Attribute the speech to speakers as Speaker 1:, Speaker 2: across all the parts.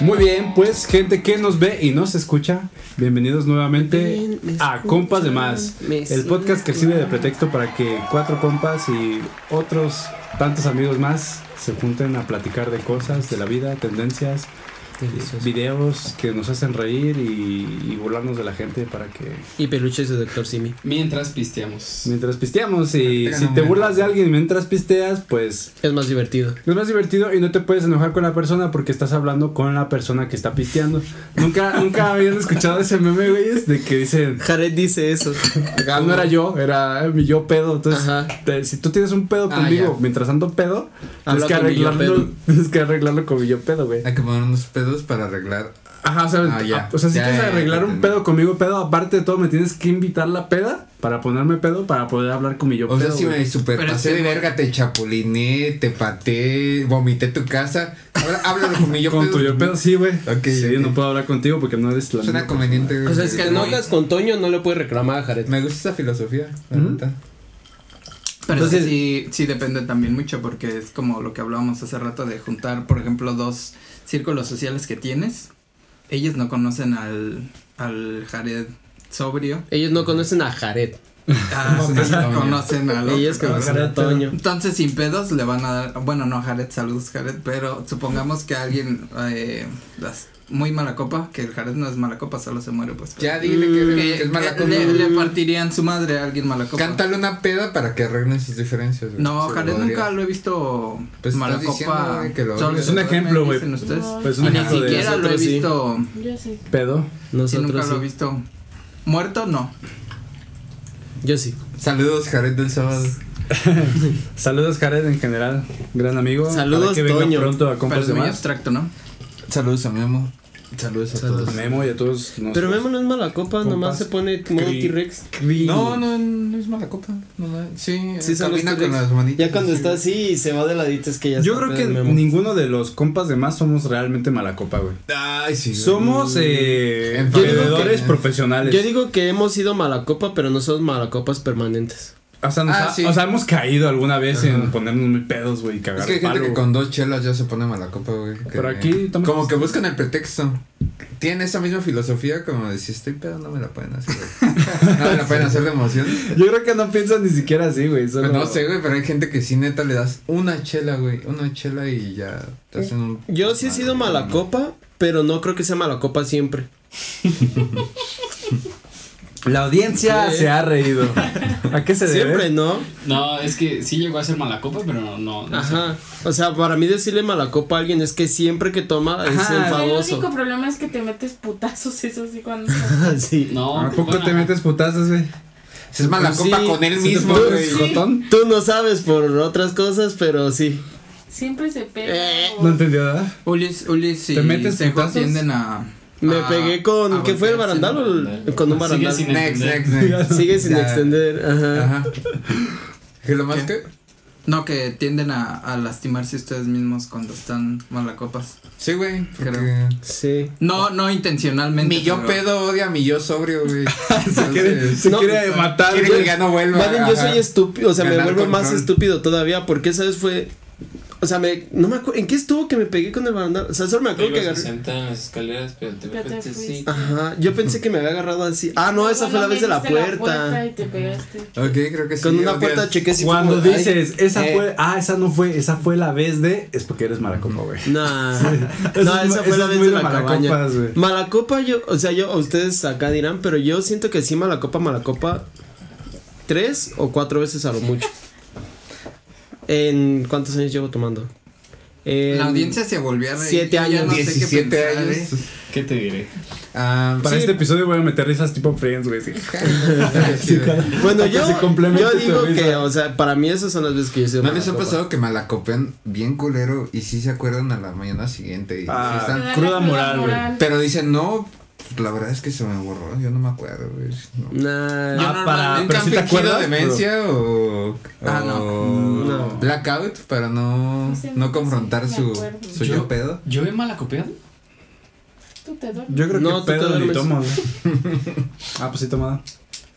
Speaker 1: Muy bien, pues gente que nos ve y nos escucha, bienvenidos nuevamente
Speaker 2: Ven, me
Speaker 1: a
Speaker 2: escuchan,
Speaker 1: Compas de Más,
Speaker 2: me
Speaker 1: el podcast que sirve de pretexto para que cuatro compas y otros tantos amigos más se junten a platicar de cosas, de la vida, tendencias, videos que nos hacen reír y, y burlarnos de la gente para que
Speaker 2: Y peluches de Doctor Simi.
Speaker 3: Mientras pisteamos.
Speaker 1: mientras pisteamos y
Speaker 3: Tengan
Speaker 1: si
Speaker 3: un
Speaker 1: te
Speaker 3: buen-
Speaker 1: burlas de alguien mientras pisteas, pues
Speaker 2: Es más divertido.
Speaker 1: Es más divertido y no te puedes enojar con la persona porque estás hablando con la persona que está pisteando. Nunca, nunca habían escuchado ese meme, güeyes, de que dicen,
Speaker 2: Jared dice eso.
Speaker 1: "Ah, no era yo, era mi yo pedo. Entonces,
Speaker 2: Ajá.
Speaker 1: te- si tú tienes un pedo
Speaker 3: Ah,
Speaker 1: conmigo
Speaker 3: ya.
Speaker 1: mientras ando pedo, tienes
Speaker 2: Habla
Speaker 1: que,
Speaker 2: con mi yo
Speaker 1: arreglarlo,
Speaker 2: pedo.
Speaker 1: tienes que arreglarlo con mi yo pedo, güey.
Speaker 4: Hay que poner unos pedos para arreglar.
Speaker 1: Ajá, o sea,
Speaker 4: Ah, ya.
Speaker 1: o sea, si
Speaker 4: Ya,
Speaker 1: quieres
Speaker 4: ya, ya,
Speaker 1: arreglar
Speaker 4: ya
Speaker 1: un
Speaker 4: entendí.
Speaker 1: pedo conmigo pedo, aparte de todo, me tienes que invitar la peda para ponerme pedo para poder hablar con mi yo
Speaker 4: O sea,
Speaker 1: pedo.
Speaker 4: si
Speaker 1: güey.
Speaker 4: me super
Speaker 3: Pero
Speaker 4: pasé
Speaker 3: es
Speaker 4: de
Speaker 3: que-
Speaker 4: verga, te chapuliné, te pateé, vomité tu casa. Ahora háblalo con mi yo
Speaker 1: con tu yo pedo, sí, güey.
Speaker 4: Ok,
Speaker 1: sí,
Speaker 4: ok.
Speaker 1: no puedo hablar contigo porque no eres la
Speaker 4: Suena
Speaker 1: misma
Speaker 4: conveniente.
Speaker 2: O sea,
Speaker 4: güey.
Speaker 2: si te enojas con Toño, no le puedes reclamar a Jared.
Speaker 4: Me gusta esa filosofía, la
Speaker 1: Ujú.
Speaker 4: neta.
Speaker 3: Pero
Speaker 1: Entonces-
Speaker 3: sí, sí depende también mucho porque es como lo que hablábamos hace rato de juntar, por ejemplo, dos círculos sociales que tienes. Ellos no conocen al, al Jared sobrio.
Speaker 2: Ellos no conocen a Jared.
Speaker 3: Ah, sí,
Speaker 4: no, no.
Speaker 3: conocen al otro.
Speaker 2: Ellos conocen a
Speaker 1: Jared.
Speaker 2: Toño.
Speaker 3: Entonces, sin pedos, le van a dar. Bueno, no, Jared, saludos, Jared. Pero supongamos que alguien. Eh, las- muy mala copa, que el Jared no es mala copa, solo se muere, pues. pero-
Speaker 4: Ya dile que,
Speaker 3: Que-
Speaker 4: que es mala
Speaker 3: que
Speaker 4: cosa.
Speaker 3: Le, le partirían su madre a alguien mala copa.
Speaker 4: Cántale una peda para que arreglen sus diferencias. güey.
Speaker 3: No,
Speaker 4: Se
Speaker 3: Jared
Speaker 4: podría.
Speaker 3: nunca lo he visto
Speaker 4: Pues estás
Speaker 3: mala
Speaker 4: diciendo,
Speaker 3: copa.
Speaker 4: güey, que lo
Speaker 3: Solo
Speaker 4: odias.
Speaker 1: Es un
Speaker 3: me
Speaker 1: ejemplo, güey.
Speaker 3: dicen ustedes.
Speaker 1: Pues
Speaker 2: Y
Speaker 1: un
Speaker 2: ni
Speaker 1: ejemplo de
Speaker 3: Siquiera lo he
Speaker 2: Nosotros sí.
Speaker 3: visto.
Speaker 5: Yo sé.
Speaker 1: pedo.
Speaker 3: Sí, nunca
Speaker 2: Nosotros
Speaker 3: lo he
Speaker 2: sí.
Speaker 3: visto. Muerto, no.
Speaker 2: Yo sí.
Speaker 4: Saludos, Jared del sábado.
Speaker 1: Saludos, Jared, en general. Gran amigo.
Speaker 2: Saludos,
Speaker 1: Ojalá que venga
Speaker 2: Toño.
Speaker 1: pronto a
Speaker 3: Pero
Speaker 1: compas
Speaker 3: es
Speaker 1: de
Speaker 3: muy
Speaker 1: más.
Speaker 3: abstracto, ¿no?
Speaker 4: Saludos a mi amor. Saludos a
Speaker 2: Saludos.
Speaker 4: todos.
Speaker 1: Memo y a todos. nosotros.
Speaker 2: Pero Memo no es mala copa,
Speaker 1: Compas.
Speaker 2: nomás se pone modo
Speaker 1: Cri-
Speaker 2: T-Rex.
Speaker 1: Cri-
Speaker 4: No, no, no es mala copa. No, no, sí,
Speaker 2: Sí, son los
Speaker 4: camina con
Speaker 2: T-Rex.
Speaker 4: las manitas.
Speaker 2: Ya cuando
Speaker 4: así,
Speaker 2: está así y se va de ladito es que ya
Speaker 1: Yo
Speaker 2: está
Speaker 1: creo
Speaker 2: pedo
Speaker 1: que
Speaker 2: el Memo.
Speaker 1: ninguno de los compas de más somos realmente mala copa, güey.
Speaker 4: Ay, sí. güey. Mm,
Speaker 1: Somos eh,
Speaker 4: Yo digo
Speaker 1: emprendedores
Speaker 4: que-
Speaker 1: profesionales.
Speaker 2: Yo digo que hemos sido mala copa, pero no somos malacopas permanentes.
Speaker 1: o, sea, nos
Speaker 4: Ah,
Speaker 1: ha-
Speaker 4: sí.
Speaker 1: o sea, hemos caído alguna vez en
Speaker 4: Ajá.
Speaker 1: ponernos muy pedos, güey, y cagar
Speaker 4: Es que hay
Speaker 1: palo,
Speaker 4: gente que
Speaker 1: güey.
Speaker 4: con dos chelas ya se pone mala copa, güey. que-
Speaker 1: Pero aquí tomas-
Speaker 4: Como que buscan el pretexto. Tienen esa misma filosofía como de si estoy pedo no me la pueden hacer. güey. no me la pueden hacer de emoción.
Speaker 1: Yo creo que no piensan ni siquiera así, güey. solo-
Speaker 4: Pues no sé, güey, pero hay gente que sí neta le das una chela, güey. Una chela y ya te hacen un...
Speaker 2: Yo sí he sido mala copa, pero no creo que sea mala copa siempre.
Speaker 1: La audiencia
Speaker 2: Sí.
Speaker 1: se ha reído. ¿A qué se debe?
Speaker 2: Siempre, ¿no?
Speaker 6: No, es que sí llegó a ser mala copa, pero no, no, no sé.
Speaker 2: Ajá. O sea, para mí decirle mala copa a alguien es que siempre que toma es
Speaker 1: Ajá.
Speaker 5: El
Speaker 2: enfadoso.
Speaker 5: único problema es que te metes putazos, eso sí, cuando.
Speaker 2: Ah, sí.
Speaker 6: No,
Speaker 1: ¿A poco
Speaker 6: bueno,
Speaker 1: te metes putazas, güey?
Speaker 4: Si es mala
Speaker 2: Pues
Speaker 4: copa
Speaker 2: sí,
Speaker 4: con él
Speaker 1: ¿Sí te
Speaker 4: mismo,
Speaker 1: pones
Speaker 4: güey.
Speaker 1: jotón?
Speaker 2: Tú no sabes por otras cosas, pero sí.
Speaker 5: Siempre se pega.
Speaker 2: Eh,
Speaker 5: o-
Speaker 1: No entendió nada.
Speaker 3: Ulis, Ulis y
Speaker 1: ¿Te metes
Speaker 3: Sejo
Speaker 1: putazos?
Speaker 3: tienden a.
Speaker 2: Me
Speaker 3: a-
Speaker 2: pegué con.
Speaker 3: a
Speaker 2: ¿Qué fue el
Speaker 3: voltearse,
Speaker 2: barandal
Speaker 3: ah, ¿no?
Speaker 2: o el- con un
Speaker 6: Sigue
Speaker 2: barandal?
Speaker 6: sin-
Speaker 4: Next, next, next.
Speaker 2: Sigue sin
Speaker 4: Ya.
Speaker 2: extender. Ajá.
Speaker 4: Ajá. ¿Qué lo más
Speaker 3: ¿Qué?
Speaker 4: que?
Speaker 3: No, que tienden a, a lastimarse ustedes mismos cuando están malacopas.
Speaker 4: Sí, güey. porque
Speaker 3: Creo.
Speaker 2: Sí.
Speaker 3: No, no intencionalmente.
Speaker 4: Mi yo
Speaker 3: pero-
Speaker 4: pedo odia a mi yo sobrio, güey.
Speaker 1: Se quiere,
Speaker 4: Entonces,
Speaker 1: se
Speaker 2: No,
Speaker 1: eh, quiere matar,
Speaker 4: Quiere
Speaker 1: güey.
Speaker 4: que ya no vuelva.
Speaker 2: Ah, Más bien, yo
Speaker 4: ajá.
Speaker 2: soy este estúpido, o sea, me
Speaker 4: Ganar
Speaker 2: vuelvo más
Speaker 4: control.
Speaker 2: estúpido todavía, porque esa vez fue. O sea, me, no me acuerdo. ¿En qué estuvo que me pegué con el barandal? O sea, solo me
Speaker 7: Te
Speaker 2: acuerdo que
Speaker 7: ibas a
Speaker 2: agarré.
Speaker 7: sentar en las escaleras, pero te
Speaker 5: Pero te
Speaker 7: fuiste, Pues, sí.
Speaker 5: fuiste.
Speaker 2: Ajá, yo pensé que me había agarrado así. Ah, no, esa fue la
Speaker 5: Luego
Speaker 2: vez de la
Speaker 5: metiste
Speaker 2: puerta.
Speaker 5: y te pegaste.
Speaker 4: Ok, creo que sí.
Speaker 2: Con una
Speaker 4: odias.
Speaker 2: puerta chequé si
Speaker 1: Cuando dices, esa fue, ah, esa no fue, esa fue la vez de, es porque eres maracopa, güey.
Speaker 2: Nah,
Speaker 1: Eso
Speaker 2: no,
Speaker 1: es-
Speaker 2: esa fue
Speaker 1: eso
Speaker 2: la
Speaker 1: es
Speaker 2: vez
Speaker 1: muy
Speaker 2: de
Speaker 1: de
Speaker 2: la cabaña.
Speaker 1: malacopas, güey.
Speaker 2: Malacopa, yo, o sea, yo, a ustedes acá dirán, pero yo siento que sí, Malacopa, Malacopa, tres o cuatro veces a lo mucho. ¿En cuántos años llevo tomando? En-
Speaker 3: La audiencia se volvió a reír.
Speaker 2: Siete
Speaker 3: Yo ya
Speaker 2: años,
Speaker 3: no sé qué
Speaker 4: 17
Speaker 3: pensar,
Speaker 4: años.
Speaker 3: ¿eh?
Speaker 6: ¿Qué te diré?
Speaker 4: Ah,
Speaker 1: Para
Speaker 2: Sí.
Speaker 1: este episodio voy a meter risas tipo Friends, güey. sí.
Speaker 4: sí, güey.
Speaker 2: Bueno,
Speaker 1: Para que
Speaker 2: yo,
Speaker 1: se complemente
Speaker 2: yo
Speaker 1: tu
Speaker 2: digo
Speaker 1: risa.
Speaker 2: que, o sea, para mí esas son las veces que yo he sido
Speaker 4: ¿No les ha
Speaker 2: Malacopa.
Speaker 4: pasado que malacopean bien culero y sí se acuerdan a la mañana siguiente? Y
Speaker 1: Ah.
Speaker 4: sí
Speaker 5: Te
Speaker 4: están-
Speaker 5: da la
Speaker 1: Cruda moral, güey.
Speaker 4: pero dicen, no, pues, la verdad es que se me borró, yo no me acuerdo, güey. No.
Speaker 2: Nah,
Speaker 3: Yo
Speaker 1: Ah, para,
Speaker 3: normalmente
Speaker 1: pero
Speaker 4: ¿Han
Speaker 1: si te
Speaker 4: fingido
Speaker 1: acuerdas.
Speaker 4: demencia o,
Speaker 3: Ah, no.
Speaker 4: o
Speaker 2: No.
Speaker 4: blackout para no,
Speaker 5: Sí,
Speaker 4: no
Speaker 5: sí,
Speaker 4: confrontar
Speaker 5: me
Speaker 4: su,
Speaker 5: acuerdo.
Speaker 4: su
Speaker 6: Yo-
Speaker 4: yo pedo?
Speaker 6: ¿Yo he mala copiado?
Speaker 5: Tú te
Speaker 1: pero
Speaker 5: duermes.
Speaker 1: Yo creo
Speaker 2: No, tú
Speaker 1: que
Speaker 2: te
Speaker 1: pedo ni
Speaker 2: duermes.
Speaker 1: tomo, güey. Ah, pues sí, tomada.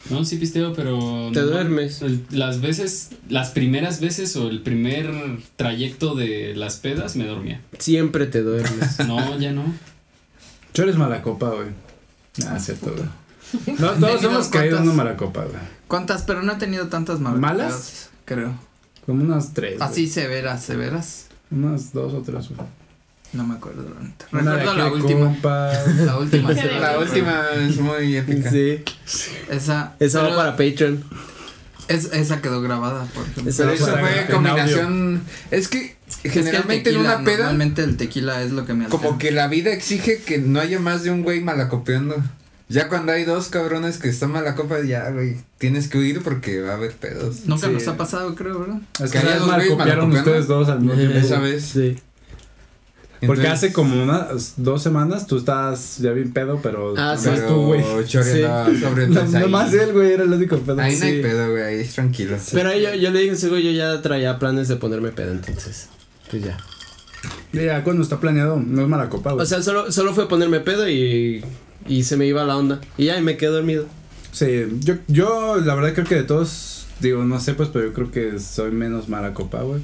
Speaker 6: No, sí pisteo, pero...
Speaker 2: Te
Speaker 6: no,
Speaker 2: duermes.
Speaker 6: el- las veces, las primeras veces o el primer trayecto de las pedas me dormía.
Speaker 2: siempre te duermes.
Speaker 6: No, ya no.
Speaker 1: Tú eres mala copa, güey. Ah, es cierto, güey. No, todos hemos caído en una mala copa, güey.
Speaker 3: ¿Cuántas? Pero no he tenido tantas malas.
Speaker 1: ¿Malas?
Speaker 3: pedas, Creo.
Speaker 1: Como unas tres. güey.
Speaker 3: Así severas, severas.
Speaker 1: Unas dos o tres, güey.
Speaker 3: No me acuerdo, la neta.
Speaker 1: Una de
Speaker 3: Recuerdo la
Speaker 1: aquí de
Speaker 3: última.
Speaker 1: compas.
Speaker 3: La última.
Speaker 5: Sí,
Speaker 3: severa,
Speaker 4: La
Speaker 3: güey.
Speaker 4: última es muy épica.
Speaker 2: Sí.
Speaker 3: Esa.
Speaker 2: Esa va
Speaker 3: pero
Speaker 2: para Patreon.
Speaker 3: es- esa quedó grabada, por ejemplo.
Speaker 2: Esa
Speaker 4: Pero
Speaker 2: va
Speaker 4: eso
Speaker 2: para-
Speaker 4: fue
Speaker 1: en
Speaker 4: combinación. Es que
Speaker 3: Es que el
Speaker 4: generalmente en una
Speaker 3: tequila,
Speaker 4: peda,
Speaker 3: Normalmente el tequila es lo que me
Speaker 4: como
Speaker 3: altera.
Speaker 4: que la vida exige que no haya más de un güey malacopeando. Ya cuando hay dos cabrones que están malacopas, ya, güey, tienes que huir porque va a haber pedos.
Speaker 3: Nunca
Speaker 1: Sí.
Speaker 3: nos ha pasado, creo, ¿verdad?
Speaker 1: Es que
Speaker 4: Caídos,
Speaker 1: ustedes mal
Speaker 4: güey,
Speaker 1: copiaron
Speaker 4: malacopiando.
Speaker 1: ustedes dos al mismo tiempo.
Speaker 4: Esa vez.
Speaker 2: Sí.
Speaker 1: Eh, Porque
Speaker 4: Entonces-
Speaker 1: hace como unas dos semanas tú estás ya bien pedo, pero
Speaker 2: Ah,
Speaker 1: nomás
Speaker 2: sí.
Speaker 1: tú, güey.
Speaker 4: Pero Chore
Speaker 2: Sí.
Speaker 4: andaba sobre
Speaker 1: No,
Speaker 4: entonces ahí-
Speaker 1: nomás él, güey, era el único pedo.
Speaker 4: Ahí no hay
Speaker 2: Sí.
Speaker 4: pedo, güey, ahí es tranquilo.
Speaker 2: Pero ahí yo, yo le dije, sí, güey, yo ya traía planes de ponerme pedo, entonces. Pues ya.
Speaker 1: Ya, cuando está planeado, no es mala copa, güey.
Speaker 2: O sea, solo, solo fue ponerme pedo y, y se me iba la onda. Y ya, y me quedé dormido.
Speaker 1: sí, yo, yo la verdad creo que de todos, digo, no sé, pues, pero yo creo que soy menos mala copa, güey.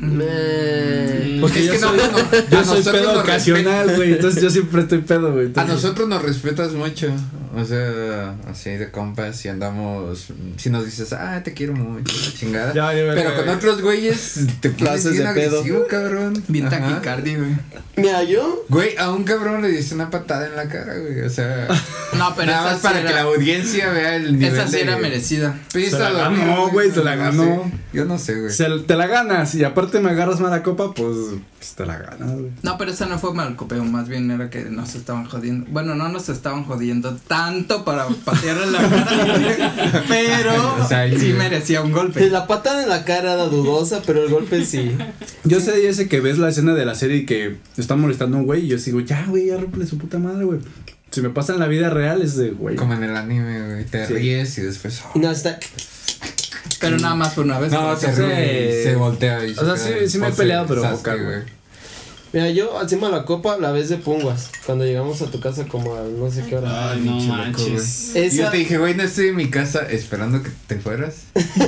Speaker 3: Mm.
Speaker 2: Me-
Speaker 1: Porque
Speaker 4: Es
Speaker 1: yo
Speaker 4: que no,
Speaker 1: soy,
Speaker 4: no,
Speaker 1: yo
Speaker 4: a
Speaker 1: soy
Speaker 4: nosotros nos
Speaker 1: pedo
Speaker 4: respe-
Speaker 1: ocasional, güey, entonces yo siempre estoy pedo, güey.
Speaker 4: A
Speaker 1: entonces-
Speaker 4: nosotros nos respetas mucho, o sea, así de compas, si andamos, si nos dices, ah, te quiero mucho, la chingada.
Speaker 1: Ya, ya, ya,
Speaker 4: Pero
Speaker 1: ya,
Speaker 4: con
Speaker 1: ya.
Speaker 4: otros güeyes te pones
Speaker 2: Clases
Speaker 4: bien
Speaker 2: de pedo.
Speaker 4: agresivo, cabrón.
Speaker 3: Bien
Speaker 4: Ajá.
Speaker 3: taquicardia, güey.
Speaker 2: Mira, yo.
Speaker 4: Güey, a un cabrón le diste una patada en la cara, güey, o sea,
Speaker 3: No, pero
Speaker 4: nada
Speaker 3: esa
Speaker 4: más
Speaker 3: sí
Speaker 4: para
Speaker 3: era-
Speaker 4: que la audiencia vea el nivel
Speaker 3: Esa sí
Speaker 4: de-
Speaker 3: era merecida.
Speaker 4: Pues yo
Speaker 1: Se la
Speaker 4: estaba dormido,
Speaker 1: ganó, güey, se la
Speaker 4: no
Speaker 1: ganó.
Speaker 4: sé. Yo no sé, güey.
Speaker 1: Si el- te la ganas y aparte me agarras mala copa, pues, pues te la ganas, güey.
Speaker 3: No, pero esa no fue mal copeo, más bien era que nos estaban jodiendo. Bueno, no nos estaban jodiendo tanto para patearle la cara, pero
Speaker 4: O sea, ahí
Speaker 3: sí
Speaker 4: sí.
Speaker 3: merecía un golpe.
Speaker 2: la patada en la cara era dudosa, pero el golpe sí.
Speaker 1: Yo sé ese que ves la escena de la serie y que está molestando a un güey y yo sigo, ya, güey, ya rompe su puta madre, güey. Si me pasa en la vida real es de, güey.
Speaker 4: Como en el anime, güey, te
Speaker 1: Sí.
Speaker 4: ríes y después... oh,
Speaker 2: No, está.
Speaker 3: Pero nada más por una vez.
Speaker 4: No,
Speaker 3: porque-
Speaker 4: se ríe, y se voltea y
Speaker 1: O sea, sí- sí me he peleado, pero
Speaker 4: boca,
Speaker 1: vocal, güey.
Speaker 2: Mira, yo encima de la copa la vez de Punguas. Cuando llegamos a tu casa, como a no sé qué hora.
Speaker 6: Ay, no
Speaker 4: pinche loco,
Speaker 6: manches.
Speaker 4: Y yo
Speaker 2: Esa.
Speaker 4: te dije, güey, no estoy en mi casa esperando que te fueras.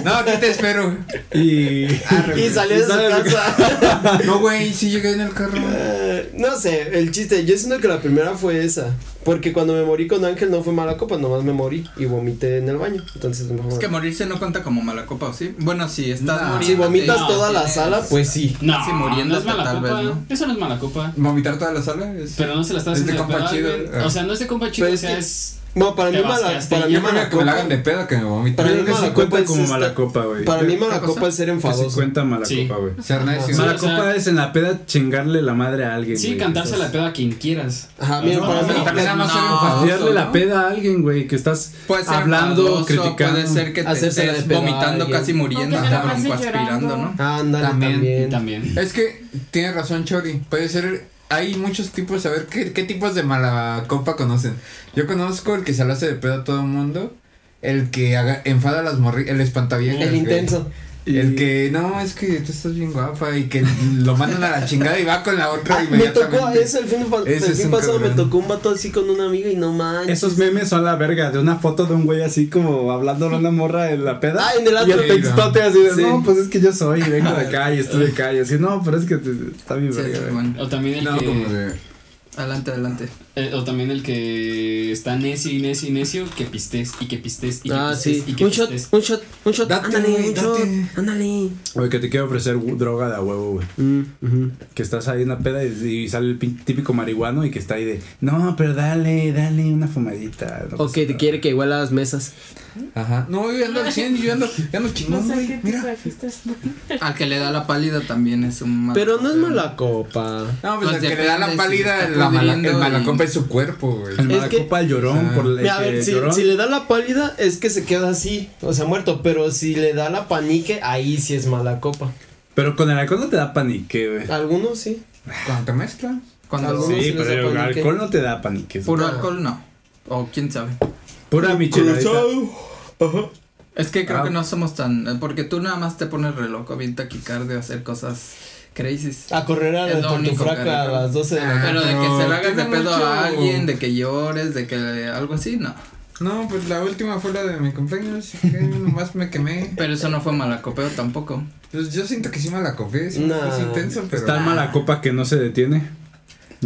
Speaker 4: No, aquí te espero.
Speaker 1: Y...
Speaker 4: Arre,
Speaker 2: Y
Speaker 4: güey.
Speaker 2: salió de su casa.
Speaker 4: No, güey, sí llegué en el carro.
Speaker 2: Eh, no sé, el chiste. Yo siento que la primera fue esa. Porque cuando me morí con Ángel no fue mala copa, nomás me morí y vomité en el baño. Entonces, mejor.
Speaker 3: Es que morirse no cuenta como mala copa, ¿o sí? Bueno, si estás
Speaker 4: No.
Speaker 3: muriendo.
Speaker 2: si vomitas
Speaker 6: no,
Speaker 2: toda la
Speaker 3: tienes-
Speaker 2: sala, pues sí.
Speaker 6: No,
Speaker 3: Sí, muriéndote,
Speaker 6: no es mala
Speaker 3: tal
Speaker 6: copa.
Speaker 3: vez, ¿no?
Speaker 6: Eso no es mala copa.
Speaker 4: ¿Vomitar toda la sala? Es-
Speaker 6: Pero no se la estás
Speaker 4: Es de
Speaker 6: haciendo
Speaker 4: compa
Speaker 6: pedo a
Speaker 4: chido,
Speaker 6: alguien.
Speaker 4: ah.
Speaker 6: O sea, no es de compa chido,
Speaker 2: Pero
Speaker 6: o
Speaker 2: es
Speaker 6: sea,
Speaker 2: que-
Speaker 6: es.
Speaker 2: No, para mí
Speaker 6: Te
Speaker 2: mala,
Speaker 6: vaciaste.
Speaker 2: para mí
Speaker 4: Yo
Speaker 2: mala
Speaker 4: prefiero que me la
Speaker 2: copa.
Speaker 4: hagan de pedo que me
Speaker 1: Yo
Speaker 4: vomiten.
Speaker 2: Para
Speaker 1: creo
Speaker 2: mí
Speaker 1: que
Speaker 2: mala
Speaker 1: sí
Speaker 2: copa
Speaker 1: cuenta
Speaker 2: es
Speaker 1: como
Speaker 2: esta-
Speaker 1: mala copa, güey.
Speaker 2: Para
Speaker 1: Yo
Speaker 2: mí
Speaker 1: creo
Speaker 2: mala
Speaker 3: ¿Qué cosa?
Speaker 2: copa es ser
Speaker 1: que sí
Speaker 2: enfadoso.
Speaker 1: cuenta mala
Speaker 6: Sí.
Speaker 1: copa, güey.
Speaker 4: Ser nice y
Speaker 6: Sí,
Speaker 1: mala
Speaker 6: o sea-
Speaker 1: copa es en la peda chingarle la madre a alguien,
Speaker 6: Sí,
Speaker 1: güey.
Speaker 6: cantarse la
Speaker 1: Entonces,
Speaker 6: peda a quien quieras.
Speaker 2: Ajá, mira,
Speaker 6: No,
Speaker 2: para
Speaker 6: no,
Speaker 2: mí.
Speaker 6: no,
Speaker 4: También nada más ser
Speaker 3: No.
Speaker 4: enfadoso,
Speaker 1: Fastidiarle la
Speaker 4: ¿no?
Speaker 1: peda a alguien, güey, que estás
Speaker 3: Puede ser
Speaker 1: hablando,
Speaker 3: enfadoso,
Speaker 1: criticando.
Speaker 3: Puede ser que te
Speaker 2: Hacérsela
Speaker 3: estés
Speaker 2: de pedo a
Speaker 3: vomitando,
Speaker 2: alguien.
Speaker 3: casi muriendo,
Speaker 5: Aunque te la
Speaker 3: cabrón,
Speaker 5: pases
Speaker 3: aspirando, ¿no?
Speaker 5: llorando.
Speaker 2: Ándale,
Speaker 4: También,
Speaker 2: también.
Speaker 6: También.
Speaker 4: Es que tiene razón Chori, puede ser, hay muchos tipos, a ver, ¿qué, qué tipos de mala copa conocen? Yo conozco el que se la hace de pedo a todo el mundo, el que haga- enfada a las morrillas, el espantaviejas.
Speaker 2: El
Speaker 4: güey.
Speaker 2: intenso.
Speaker 4: El que, no, es que tú estás bien guapa y que lo mandan a la chingada y va con la otra
Speaker 2: Ah, me
Speaker 4: inmediatamente.
Speaker 2: tocó eso el fin, pa-
Speaker 4: Ese
Speaker 2: el
Speaker 4: es
Speaker 2: fin
Speaker 4: un
Speaker 2: pasado
Speaker 4: cabrón.
Speaker 2: me tocó un vato así con una amiga y no manches.
Speaker 1: Esos memes son la verga, de una foto de un güey así como hablándole a una morra en la peda.
Speaker 2: Ah, en el
Speaker 1: y
Speaker 2: antro.
Speaker 1: el textote así de,
Speaker 2: Sí.
Speaker 1: no, pues es que yo soy, y vengo de acá y estoy de acá. Y así, no, pero es que te- está bien
Speaker 3: Sí,
Speaker 1: verga. güey".
Speaker 3: bueno.
Speaker 6: O también el
Speaker 4: No,
Speaker 6: que.
Speaker 4: como de...
Speaker 3: Adelante, adelante.
Speaker 6: eh, o también el que está necio y necio y necio, que pistes y que pistes y que
Speaker 2: Ah, sí.
Speaker 6: pistes y que
Speaker 2: Un shot,
Speaker 6: pistes.
Speaker 2: un shot, un shot.
Speaker 4: Date,
Speaker 2: ándale,
Speaker 4: güey,
Speaker 2: un shot.
Speaker 4: date.
Speaker 2: Ándale.
Speaker 1: Oye, que te quiero ofrecer hu- droga de a huevo, güey.
Speaker 2: Mm, ujú.
Speaker 1: Que estás ahí en la peda y, y sale el pin- típico marihuano y que está ahí de, no, pero dale, dale una fumadita. no
Speaker 2: O
Speaker 1: pasa
Speaker 2: que te
Speaker 1: nada".
Speaker 2: quiere que igual a las mesas.
Speaker 4: Ajá. No, yo ando al 100, yo ando, yo ando
Speaker 5: No
Speaker 4: chingón,
Speaker 5: sé qué
Speaker 4: güey.
Speaker 5: tipo
Speaker 4: Mira.
Speaker 5: de fiestas.
Speaker 3: Al que le da la pálida también es un mal
Speaker 2: Pero no es
Speaker 3: copeo.
Speaker 2: mala copa.
Speaker 4: No, pues,
Speaker 3: Pues
Speaker 4: el que le da
Speaker 3: depende
Speaker 4: la
Speaker 3: si
Speaker 4: pálida,
Speaker 3: está
Speaker 4: la mala, el
Speaker 3: pudriendo y-
Speaker 4: malacopa es su cuerpo, güey.
Speaker 1: El
Speaker 2: Es
Speaker 1: malacopa al llorón
Speaker 4: Ah.
Speaker 1: por la
Speaker 2: Mira, a
Speaker 1: que
Speaker 2: ver, si,
Speaker 1: lloró.
Speaker 2: si le da la pálida es que se queda así, o sea, muerto. Pero si le da la panique, ahí sí es mala copa.
Speaker 1: Pero con el alcohol no te da panique, güey.
Speaker 2: Algunos sí.
Speaker 4: Cuando te mezclas.
Speaker 3: Cuando
Speaker 2: Sí,
Speaker 1: Sí,
Speaker 2: les da
Speaker 1: pero el
Speaker 2: panique.
Speaker 1: alcohol no te da panique. güey.
Speaker 3: puro
Speaker 2: no.
Speaker 3: alcohol no. O quién sabe.
Speaker 1: Pura micheladita.
Speaker 3: Es que creo
Speaker 1: Ah.
Speaker 3: que no somos tan. eh, Porque tú nada más te pones re loco, bien taquicardio, hacer cosas crazy.
Speaker 2: A correr a
Speaker 3: Es
Speaker 2: la
Speaker 3: lo único que
Speaker 2: Tortufraca a
Speaker 3: recuerdo.
Speaker 2: las 12 de la
Speaker 4: Ah,
Speaker 2: noche.
Speaker 3: Pero de que se
Speaker 4: pero
Speaker 3: la hagas de
Speaker 4: tiene
Speaker 3: pedo a
Speaker 4: mucho-
Speaker 3: alguien, de que llores, de que algo así, no.
Speaker 4: No, pues la última fue la de mi cumpleaños, que nomás me quemé.
Speaker 3: Pero eso no fue malacopeo tampoco.
Speaker 4: Pues yo siento que sí me la copé, sí,
Speaker 2: Nah.
Speaker 4: es intenso, pero...
Speaker 1: Está mal la copa que no se detiene.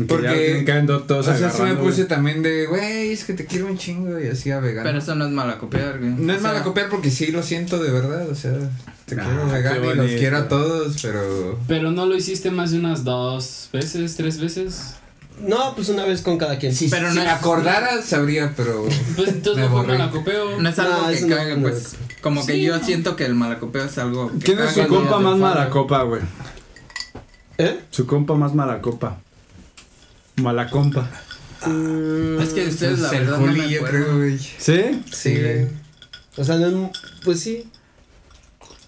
Speaker 1: Porque ya
Speaker 4: Porque-
Speaker 1: tienen que andar
Speaker 4: O
Speaker 1: todos
Speaker 4: sea, sí me
Speaker 1: agarrando,
Speaker 4: puse
Speaker 1: güey.
Speaker 4: también de, güey, es que te quiero un chingo y así a vegano.
Speaker 3: Pero eso no es malacopiar, güey.
Speaker 4: no es
Speaker 3: O sea,
Speaker 4: mala copiar porque sí lo siento de verdad, o sea, te
Speaker 1: Ah,
Speaker 4: quiero
Speaker 1: qué
Speaker 4: vegano y los
Speaker 1: bonito.
Speaker 4: quiero a todos, pero...
Speaker 6: Pero no lo hiciste más de unas dos veces, tres veces.
Speaker 2: No, pues una vez con cada quien.
Speaker 4: Si,
Speaker 3: Pero
Speaker 4: si
Speaker 3: no
Speaker 4: me
Speaker 3: es-
Speaker 4: acordara, sabría, pero...
Speaker 6: Pues entonces
Speaker 4: Me
Speaker 6: no fue
Speaker 4: borré.
Speaker 6: malacopeo.
Speaker 3: No es algo
Speaker 2: No,
Speaker 3: que
Speaker 2: eso no-
Speaker 3: cague,
Speaker 2: no.
Speaker 3: pues. Como que
Speaker 5: Sí,
Speaker 3: yo
Speaker 5: no.
Speaker 3: siento que el malacopeo es algo que
Speaker 1: ¿Quién es
Speaker 3: caga
Speaker 1: su
Speaker 3: cuando
Speaker 1: compa
Speaker 3: te
Speaker 1: más
Speaker 3: enfadas.
Speaker 1: mala copa, güey?
Speaker 2: ¿Eh?
Speaker 1: Su compa más mala copa. Mala compa.
Speaker 2: Ah,
Speaker 3: Es que ustedes la
Speaker 4: Pues, el
Speaker 3: verdad no me
Speaker 4: Juli, yo
Speaker 3: acuerdo.
Speaker 4: creo, güey.
Speaker 1: ¿Sí?
Speaker 2: Sí, güey. O sea, no es. mu- Pues sí.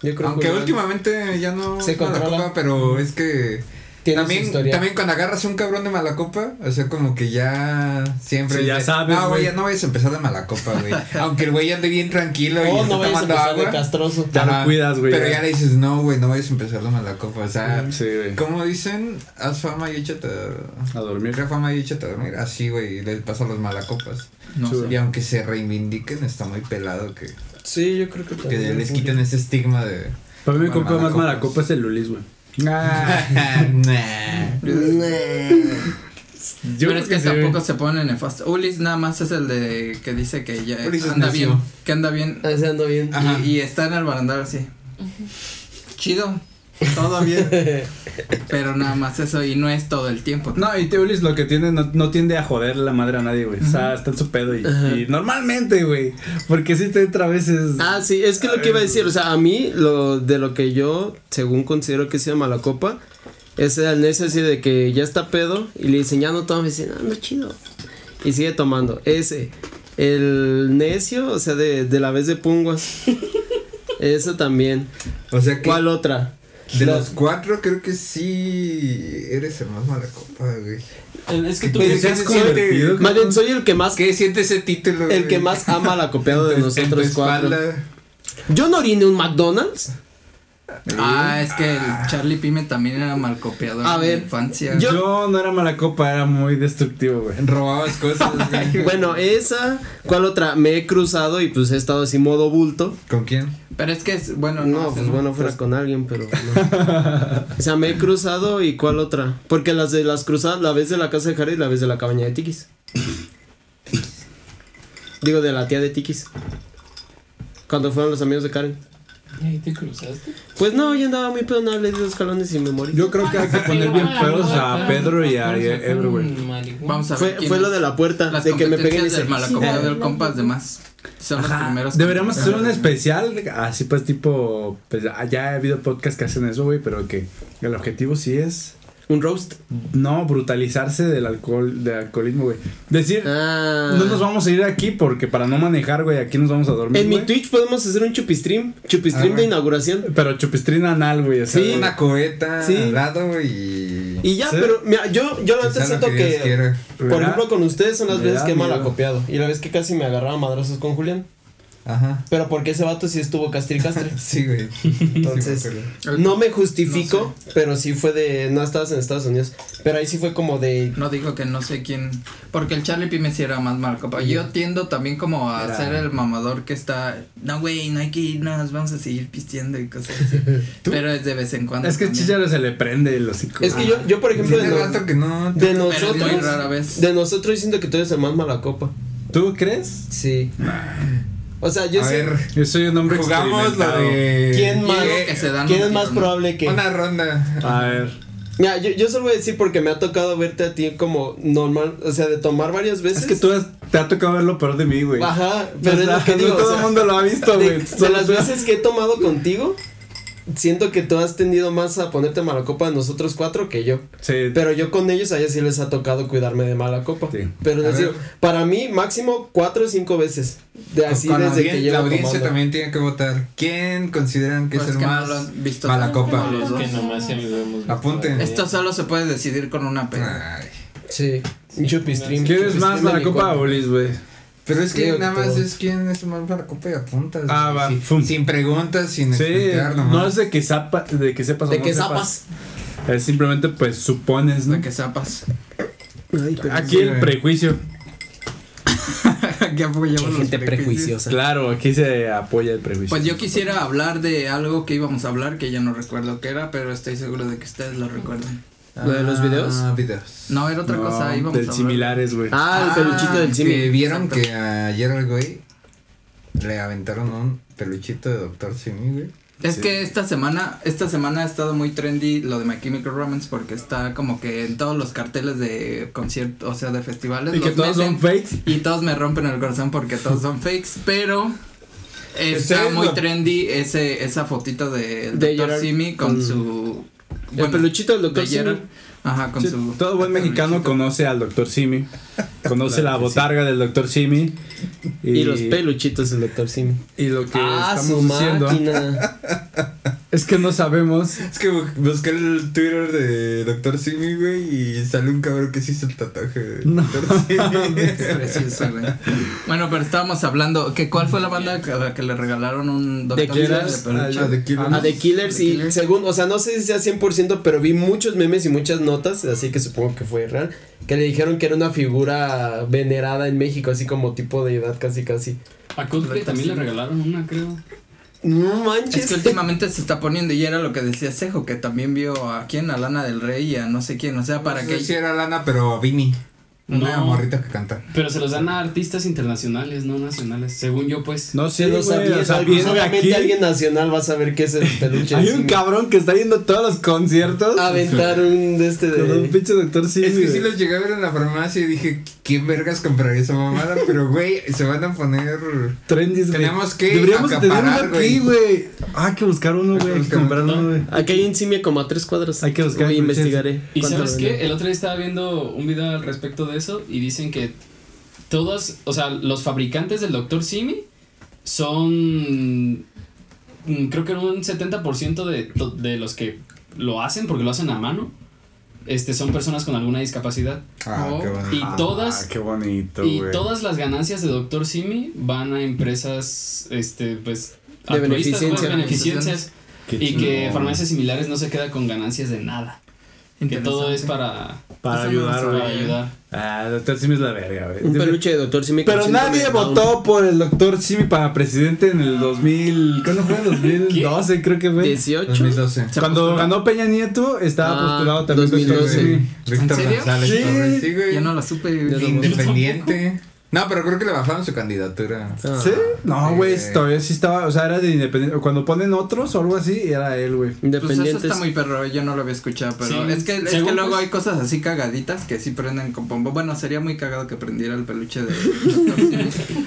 Speaker 2: Yo creo
Speaker 4: Aunque
Speaker 2: que.
Speaker 4: últimamente ya no
Speaker 2: Se
Speaker 4: es mala
Speaker 2: controla.
Speaker 4: copa, pero es que...
Speaker 2: tiene su
Speaker 4: También,
Speaker 2: historia.
Speaker 4: también cuando agarras un cabrón de mala copa, o sea, como que ya siempre...
Speaker 1: Sí, ya
Speaker 4: de,
Speaker 1: sabes,
Speaker 4: No, güey,
Speaker 1: güey".
Speaker 4: ya no vayas a empezar de mala copa, güey. Aunque el güey ande bien tranquilo y
Speaker 2: Oh,
Speaker 4: esté
Speaker 2: no vayas a
Speaker 4: tomando
Speaker 2: empezar de
Speaker 4: agua.
Speaker 2: castroso.
Speaker 1: Ya lo cuidas, güey,
Speaker 4: Pero
Speaker 1: ya.
Speaker 4: ya le dices, no, güey, no vayas a empezar de mala copa. O sea,
Speaker 1: Sí, güey.
Speaker 4: como dicen, haz fama y échate.
Speaker 1: A dormir.
Speaker 4: Mira fama y échate a dormir. Así, güey, les pasa a los malacopas.
Speaker 3: No
Speaker 1: Chulo.
Speaker 3: sé.
Speaker 4: Y aunque se reivindiquen, está muy pelado que,
Speaker 2: Sí, yo creo que
Speaker 4: que
Speaker 2: también.
Speaker 4: ya les quiten ese estigma de.
Speaker 1: Para mí mi
Speaker 4: Mala
Speaker 1: compa más
Speaker 4: copa.
Speaker 1: mala copa Ah. es el Lulis, güey.
Speaker 4: nah.
Speaker 1: Yo
Speaker 3: pero
Speaker 1: creo
Speaker 3: es
Speaker 1: que
Speaker 3: que,
Speaker 1: sí,
Speaker 3: tampoco
Speaker 1: güey.
Speaker 3: se pone nefasto. Ulis nada más es el de que dice que ya
Speaker 4: Ulis es
Speaker 3: anda
Speaker 4: necio.
Speaker 3: bien, que anda bien
Speaker 2: Ah, se ando bien.
Speaker 4: Ajá.
Speaker 3: y, y está en el barandal así. Chido, todo bien, pero nada más eso y no es todo el tiempo.
Speaker 1: No, y Teo Lulis lo que tiene no, no tiende a joder la madre a nadie, güey. O sea, está en su pedo y,
Speaker 2: Ajá.
Speaker 1: y normalmente, güey. Porque si este te entra a veces.
Speaker 2: Ah, sí, es que lo que iba a decir, o sea, a mí, lo de lo que yo, según considero que es mala copa, es el necio así de que ya está pedo y le dicen, ya no toma, me dicen, ah, no, chido. Y sigue tomando. Ese, el necio, o sea, de, de la vez de punguas. Eso también.
Speaker 4: O sea que.
Speaker 2: ¿Cuál otra?
Speaker 4: De
Speaker 2: La-
Speaker 4: los cuatro, creo que sí eres el más malacopa, güey.
Speaker 6: Eh, Es que tú
Speaker 4: Pero
Speaker 1: Pues,
Speaker 4: ya
Speaker 1: es
Speaker 4: se
Speaker 1: convertido,
Speaker 4: siente-
Speaker 1: cabrón.
Speaker 2: Más bien, soy el que más,
Speaker 4: ¿Qué siente ese título,
Speaker 2: el
Speaker 4: güey?
Speaker 2: que más ama la copiado de
Speaker 4: En tu- en tu
Speaker 2: nosotros cuatro.
Speaker 4: espalda.
Speaker 2: Yo no oriné un McDonald's.
Speaker 3: Ah, es que el Charlie Pime también era mal copiador
Speaker 2: A
Speaker 3: en
Speaker 2: ver,
Speaker 3: la infancia.
Speaker 1: yo... no era mala copa, era muy destructivo, güey.
Speaker 4: Robabas cosas, güey.
Speaker 2: Bueno, esa, ¿cuál otra? Me he cruzado y pues he estado así modo bulto.
Speaker 4: ¿Con quién?
Speaker 3: Pero es que es, bueno, no,
Speaker 2: No,
Speaker 3: sé,
Speaker 2: pues
Speaker 3: ¿no?
Speaker 2: bueno, fuera con alguien, pero no. O sea, me he cruzado y ¿cuál otra? Porque las de las cruzadas, la vez de la casa de Jara y la vez de la cabaña de Tikis. Digo, de la tía de Tikis. Cuando fueron los amigos de Karen.
Speaker 6: ¿Y ahí te cruzaste?
Speaker 2: Pues no, yo andaba muy peonal, le di dos escalones y me morí.
Speaker 1: Yo creo que hay que poner bien pedos a Pedro y a Ebro, güey.
Speaker 3: Vamos a ver.
Speaker 2: fue
Speaker 3: quién
Speaker 2: fue lo
Speaker 3: es.
Speaker 2: de la puerta,
Speaker 3: Las
Speaker 2: de que me peguen
Speaker 3: competencias
Speaker 2: ese.
Speaker 3: del malacopiador compas de más. Son los primeros.
Speaker 1: Deberíamos hacer un
Speaker 3: compas.
Speaker 1: especial, así pues tipo, pues ah, ya ha habido podcasts que hacen eso, güey, pero que el objetivo sí es
Speaker 2: Un roast.
Speaker 1: no brutalizarse del alcohol, del alcoholismo, güey. Decir,
Speaker 2: Ah.
Speaker 1: no nos vamos a ir de aquí porque para no manejar, güey, aquí nos vamos a dormir.
Speaker 2: En mi
Speaker 1: güey.
Speaker 2: Twitch podemos hacer un chupistream. Chupistream
Speaker 4: Ah,
Speaker 2: de
Speaker 4: bueno.
Speaker 2: inauguración.
Speaker 1: Pero chupistrina anal, güey, o sea,
Speaker 2: Sí.
Speaker 1: güey.
Speaker 4: Una coheta
Speaker 2: Sí.
Speaker 4: al lado y.
Speaker 2: Y ya,
Speaker 1: Sí.
Speaker 2: pero mira, yo, yo la
Speaker 4: Quizá
Speaker 2: antes
Speaker 4: lo
Speaker 2: siento
Speaker 4: que Dios
Speaker 2: que.
Speaker 4: quiera.
Speaker 2: Por
Speaker 1: ¿Verdad?
Speaker 2: ejemplo, con ustedes son las
Speaker 1: Me
Speaker 2: veces
Speaker 1: da
Speaker 2: que he
Speaker 1: miedo.
Speaker 2: malacopiado. Y la vez que casi me agarraba a madrazos con Julián.
Speaker 4: Ajá.
Speaker 2: Pero porque ese vato sí estuvo castri castre.
Speaker 4: Sí, güey.
Speaker 2: Entonces,
Speaker 4: Sí, me acuerdo.
Speaker 2: no me justifico, pero sí fue de. No estabas en Estados Unidos. Pero ahí sí fue como de.
Speaker 3: No dijo que no sé quién. Porque el Charlie Pime sí era más malacopa. Yo tiendo también como a
Speaker 1: Era-
Speaker 3: ser el mamador que está. No, güey, no hay que irnos. Vamos a seguir pisteando y cosas así. Pero es de vez en cuando.
Speaker 1: Es que
Speaker 3: también.
Speaker 1: Chicharo se le prende el hocico.
Speaker 2: Es que yo, yo por ejemplo, de,
Speaker 4: Tiene
Speaker 2: no-
Speaker 4: rato que no.
Speaker 2: de
Speaker 3: Pero es muy rara
Speaker 2: nosotros.
Speaker 3: vez.
Speaker 2: De nosotros diciendo que tú eres el más malacopa.
Speaker 1: ¿Tú crees?
Speaker 2: Sí.
Speaker 1: Ah.
Speaker 2: O sea, yo
Speaker 4: a
Speaker 2: sí.
Speaker 4: ver,
Speaker 1: Yo soy un hombre
Speaker 4: jugamos lo
Speaker 1: experimentado.
Speaker 4: de.
Speaker 2: ¿Quién
Speaker 3: yo
Speaker 2: más?
Speaker 3: digo que se dan
Speaker 2: ¿Quién
Speaker 3: un
Speaker 2: es más
Speaker 3: tiro, ¿no?
Speaker 2: probable que.?
Speaker 4: Una ronda.
Speaker 1: A ver.
Speaker 2: Mira, yo, yo solo voy a decir porque me ha tocado verte a ti como normal. O sea, de tomar varias veces.
Speaker 1: Es que tú has- te ha tocado ver lo peor de mí, güey.
Speaker 2: Ajá, pero es
Speaker 1: O sea,
Speaker 2: lo que
Speaker 1: no
Speaker 2: digo. o
Speaker 1: todo
Speaker 2: sea,
Speaker 1: el mundo lo ha visto,
Speaker 2: de,
Speaker 1: güey.
Speaker 2: de
Speaker 1: Solo
Speaker 2: las
Speaker 1: tú-
Speaker 2: veces que he tomado contigo, siento que tú has tendido más a ponerte mala copa de nosotros cuatro que yo.
Speaker 1: Sí,
Speaker 2: Pero yo con ellos a ellos sí les ha tocado cuidarme de mala copa.
Speaker 1: Sí.
Speaker 2: Pero
Speaker 4: A
Speaker 2: les
Speaker 4: ver.
Speaker 2: digo, para mí máximo cuatro o cinco veces. De así
Speaker 4: Con
Speaker 2: desde
Speaker 4: audien-
Speaker 2: que llevo
Speaker 4: la audiencia
Speaker 2: tomando.
Speaker 4: también tiene que votar. ¿Quién consideran que
Speaker 3: Pues
Speaker 4: es el
Speaker 3: que no
Speaker 4: más
Speaker 3: lo han visto
Speaker 4: mala
Speaker 3: tanto.
Speaker 4: copa?
Speaker 5: Los
Speaker 6: que
Speaker 5: dos.
Speaker 6: nomás ya nos hemos visto
Speaker 4: Apunten.
Speaker 6: ahí.
Speaker 3: Esto solo se puede decidir con una pena.
Speaker 4: Ay,
Speaker 2: Sí. Un chupistream.
Speaker 1: ¿Quieres
Speaker 2: chupistream
Speaker 1: más
Speaker 2: de
Speaker 1: mala
Speaker 2: mi
Speaker 1: copa
Speaker 2: cuarto.
Speaker 1: o Liz, güey?
Speaker 4: pero es que
Speaker 2: Digo que
Speaker 4: nada más
Speaker 2: todo.
Speaker 4: es quién es el más mala copa y apuntas.
Speaker 1: Ah,
Speaker 4: güey,
Speaker 1: va,
Speaker 4: sin-
Speaker 1: fum.
Speaker 4: Sin preguntas, sin
Speaker 1: Sí,
Speaker 4: explicar
Speaker 1: no es
Speaker 4: nomás.
Speaker 1: de que, zapa- de que sepas o
Speaker 2: De
Speaker 1: no
Speaker 2: que
Speaker 1: sepas.
Speaker 2: zapas.
Speaker 1: Es simplemente, pues, supones, ¿no?
Speaker 3: Lo que sepas.
Speaker 2: Ay, pero
Speaker 1: Aquí
Speaker 4: Sí,
Speaker 1: el
Speaker 4: güey.
Speaker 1: prejuicio.
Speaker 3: que apoyamos los
Speaker 2: gente
Speaker 3: prejuicios.
Speaker 2: prejuiciosa.
Speaker 1: Claro, aquí se apoya el prejuicio.
Speaker 3: Pues yo quisiera hablar de algo que íbamos a hablar que ya no recuerdo qué era, pero estoy seguro de que ustedes lo recuerdan.
Speaker 2: ¿Lo de los videos?
Speaker 4: Ah, videos.
Speaker 3: No, era otra
Speaker 1: No,
Speaker 3: cosa, íbamos a
Speaker 1: Del
Speaker 3: hablar.
Speaker 1: similares, güey.
Speaker 2: Ah, el peluchito del
Speaker 4: Que
Speaker 2: simi.
Speaker 4: vieron
Speaker 3: Exacto.
Speaker 4: que ayer al güey le aventaron un peluchito de Doctor Simi, güey.
Speaker 3: Es
Speaker 1: Sí.
Speaker 3: que esta semana, esta semana ha estado muy trendy lo de My Chemical Romance porque está como que en todos los carteles de conciertos, o sea, de festivales.
Speaker 1: y que
Speaker 3: los
Speaker 1: todos son
Speaker 3: meten
Speaker 1: fake.
Speaker 3: Y todos me rompen el corazón porque todos son fakes, pero está
Speaker 4: Ustedes
Speaker 3: muy
Speaker 4: lo-
Speaker 3: trendy ese, esa fotito de,
Speaker 2: De
Speaker 3: Dr.
Speaker 2: Gerard
Speaker 3: Simi con
Speaker 2: con-
Speaker 3: su...
Speaker 2: El
Speaker 3: bueno,
Speaker 2: peluchito del doctor
Speaker 3: de Gerard.
Speaker 2: Simi.
Speaker 3: Ajá, con
Speaker 1: Sí,
Speaker 3: su...
Speaker 1: Todo buen mexicano conoce al doctor Simi, conoce la botarga del doctor Simi
Speaker 2: Y los peluchitos del doctor simi.
Speaker 1: y lo que
Speaker 2: Ah, su
Speaker 1: estamos haciendo ¿eh?
Speaker 2: máquina.
Speaker 1: es que no sabemos
Speaker 4: Es que bu- busqué el Twitter de Doctor Simi, güey, y sale un cabrón que se hizo el tatuaje de
Speaker 1: No.
Speaker 4: Dr. Simi.
Speaker 3: Es precioso, güey. Bueno, pero estábamos hablando que cuál fue la banda que, a la que le regalaron un
Speaker 2: The
Speaker 3: Simi
Speaker 2: Killers,
Speaker 3: peluche?
Speaker 4: Ah, de Killers.
Speaker 2: A The Killers
Speaker 3: The
Speaker 2: y
Speaker 3: Killers.
Speaker 2: según, o sea, no sé si sea 100%, pero vi muchos memes y muchas notas, así que supongo que fue real, que le dijeron que era una figura venerada en México, así como tipo de edad casi casi.
Speaker 6: A Coldplay también le regalaron una, creo.
Speaker 2: No manches.
Speaker 3: Es que últimamente se está poniendo, y era lo que decía Sejo, que también vio a quién, a Lana del Rey y a no sé quién, o sea, para
Speaker 4: No sé
Speaker 3: que...
Speaker 4: si era lana, pero a Vini. Una
Speaker 6: No.
Speaker 4: morrita que canta.
Speaker 6: Pero se los dan a artistas internacionales, no nacionales. Según yo, pues.
Speaker 1: no sé
Speaker 2: Sí, lo sabía,
Speaker 1: viene
Speaker 2: seguramente
Speaker 1: aquí,
Speaker 2: alguien nacional va a saber qué es el peluche.
Speaker 1: hay
Speaker 2: de
Speaker 1: un
Speaker 2: Simi.
Speaker 1: cabrón que está yendo a todos los conciertos
Speaker 2: Aventar un de este
Speaker 1: con un
Speaker 2: de...
Speaker 1: pinche doctor Simi.
Speaker 4: Es que sí
Speaker 1: güey.
Speaker 4: los llegué a ver en la farmacia y dije, ¿qué vergas compraría esa mamada? Pero, güey, se van a poner...
Speaker 1: Trendy, güey.
Speaker 4: Tenemos que
Speaker 1: Deberíamos
Speaker 4: acaparar,
Speaker 1: tener uno aquí, güey. Ah, hay que buscar uno,
Speaker 4: Hay que
Speaker 1: güey, hay que
Speaker 4: buscar
Speaker 1: comprar uno, güey.
Speaker 2: Aquí hay un simio como a tres cuadras.
Speaker 1: Hay que buscar
Speaker 2: Uy,
Speaker 1: peluches.
Speaker 2: investigaré.
Speaker 6: Y
Speaker 2: cuánto
Speaker 6: sabes
Speaker 2: venden.
Speaker 6: qué, el otro día estaba viendo un video al respecto de eso y dicen que todos, o sea, los fabricantes del Dr. Simi son, mm, creo que un 70% de, to- de los que lo hacen, porque lo hacen a mano, este, son personas con alguna discapacidad.
Speaker 4: Ah,
Speaker 3: Oh,
Speaker 4: qué bueno.
Speaker 6: Y todas,
Speaker 4: Ah,
Speaker 1: qué bonito,
Speaker 6: y todas las ganancias de Dr. Simi van a empresas, este, pues,
Speaker 2: De
Speaker 6: altruistas,
Speaker 2: beneficencia.
Speaker 6: pues, beneficencias,
Speaker 1: Qué
Speaker 6: y que
Speaker 1: chingón.
Speaker 6: farmacias similares no se queda con ganancias de nada. Que todo es para,
Speaker 1: para
Speaker 3: Eso no
Speaker 1: ayudar,
Speaker 3: lo
Speaker 6: para
Speaker 1: güey.
Speaker 3: sabía.
Speaker 6: ayudar.
Speaker 1: Ah, doctor Simi es la verga, güey.
Speaker 2: Un
Speaker 1: Debe-
Speaker 2: peluche de doctor Simi. con
Speaker 1: Pero
Speaker 2: síndrome
Speaker 1: nadie
Speaker 2: de Down.
Speaker 1: votó por el doctor Simi para presidente en el 2000. ¿Cuándo fue? 2012, creo que fue.
Speaker 2: 18.
Speaker 4: 2012.
Speaker 1: Cuando ganó Peña Nieto, estaba
Speaker 2: Ah,
Speaker 1: postulado también. doctor
Speaker 2: 2012.
Speaker 1: Simi.
Speaker 4: Víctor
Speaker 3: ¿En serio?
Speaker 4: González
Speaker 1: Sí.
Speaker 4: Torres, sí, güey.
Speaker 3: Yo no lo supe.
Speaker 4: Independiente. No, pero creo que le bajaron su candidatura.
Speaker 2: Ah.
Speaker 1: ¿Sí? No,
Speaker 4: Sí.
Speaker 1: güey, todavía sí estaba. O sea, era de independiente. Cuando ponen otros o algo así, era él, güey.
Speaker 3: Pues eso
Speaker 2: Independientes.
Speaker 3: está muy perro, yo no lo había escuchado, pero
Speaker 6: Sí,
Speaker 3: es que, es
Speaker 6: según
Speaker 3: que luego
Speaker 6: pues-
Speaker 3: hay cosas así cagaditas que sí prenden con pombo. Bueno, sería muy cagado que prendiera el peluche de...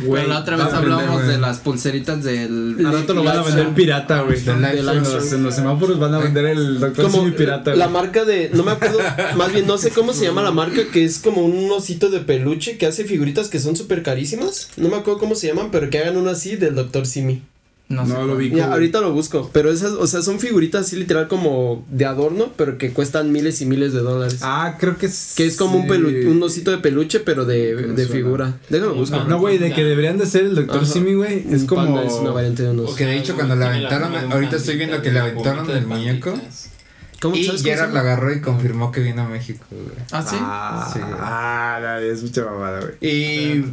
Speaker 3: pero la otra
Speaker 4: va a
Speaker 3: vez
Speaker 4: prender,
Speaker 3: hablábamos
Speaker 4: güey.
Speaker 3: de las pulseritas del...
Speaker 1: Al rato lo van a vender pirata, güey.
Speaker 4: De la-
Speaker 1: En los, en los semáforos van a vender el doctor
Speaker 2: Eh, como
Speaker 1: Simi pirata,
Speaker 2: la
Speaker 1: güey.
Speaker 2: marca de no me acuerdo más bien no sé cómo se llama la marca que es como un osito de peluche que hace figuritas que son súper carísimas no me acuerdo cómo se llaman pero que hagan uno así del doctor Simi
Speaker 3: No,
Speaker 1: No, lo vi.
Speaker 2: Ya, ahorita lo busco pero esas o sea son figuritas así literal como de adorno pero que cuestan miles y miles de dólares
Speaker 1: Ah, creo que es.
Speaker 2: que es como un
Speaker 1: sí.
Speaker 2: pelu- un osito de peluche pero de,
Speaker 1: me
Speaker 2: de
Speaker 1: suena.
Speaker 2: figura déjalo busco
Speaker 1: No, güey, de que deberían de ser el doctor
Speaker 2: Ajá.
Speaker 1: Simi, güey. Mm, Es
Speaker 2: Un
Speaker 1: como.
Speaker 2: panda es una variante de unos
Speaker 4: Que de hecho, cuando le
Speaker 6: Tiene la
Speaker 4: aventaron,
Speaker 6: forma de un
Speaker 4: ahorita estoy
Speaker 6: pandita,
Speaker 4: viendo que
Speaker 6: de
Speaker 4: le
Speaker 6: un
Speaker 4: aventaron
Speaker 6: gorrito de
Speaker 4: el muñeco.
Speaker 6: panditas.
Speaker 2: ¿Cómo
Speaker 4: Y
Speaker 2: sabes cómo
Speaker 4: Gerard
Speaker 2: se
Speaker 4: lo
Speaker 2: llama?
Speaker 4: agarró y confirmó que vino a México, güey.
Speaker 3: Ah, sí.
Speaker 1: Ah,
Speaker 4: Sí.
Speaker 1: ah, la- es mucha mamada, güey.
Speaker 4: Y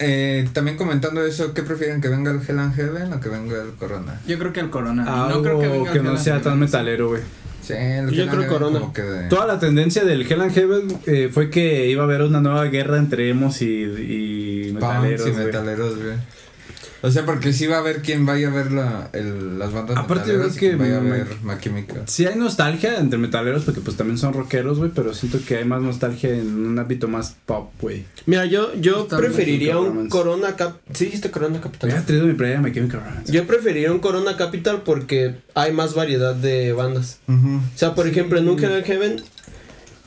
Speaker 4: eh, también comentando eso, ¿qué prefieren? ¿Que venga el Hell and Heaven o que venga el Corona?
Speaker 3: Yo creo que el corona.
Speaker 1: Algo
Speaker 3: no creo que
Speaker 1: Ah, que,
Speaker 3: venga el
Speaker 1: no
Speaker 3: Corona.
Speaker 1: sea tan metalero, güey.
Speaker 4: Sí, el
Speaker 2: Yo
Speaker 4: Hell and
Speaker 2: creo
Speaker 4: Heaven
Speaker 2: Corona.
Speaker 4: como que de-
Speaker 1: Toda la tendencia del Hell and Heaven eh, fue que iba a haber una nueva guerra entre emos y, y metaleros,
Speaker 4: punks y
Speaker 1: güey.
Speaker 4: metaleros, güey. O sea, porque sí va a haber quién vaya a ver la, el- las bandas
Speaker 1: Aparte, yo creo
Speaker 4: metaleras y quién
Speaker 1: que
Speaker 4: vaya a
Speaker 1: me-
Speaker 4: ver My Chemical.
Speaker 1: Sí hay nostalgia entre metaleros porque pues también son rockeros, güey, pero siento que hay más nostalgia en un ámbito más pop, güey.
Speaker 2: mira yo yo
Speaker 1: Está bien,
Speaker 2: preferiría un
Speaker 1: Romance. ¿Eh?
Speaker 2: corona cap sí dijiste corona capital
Speaker 1: Hubiera traído mi playa de My Chemical Romance.
Speaker 2: Yo preferiría un Corona Capital porque hay más variedad de bandas.
Speaker 4: Ujú.
Speaker 2: O sea, por ejemplo, en un Hell and Heaven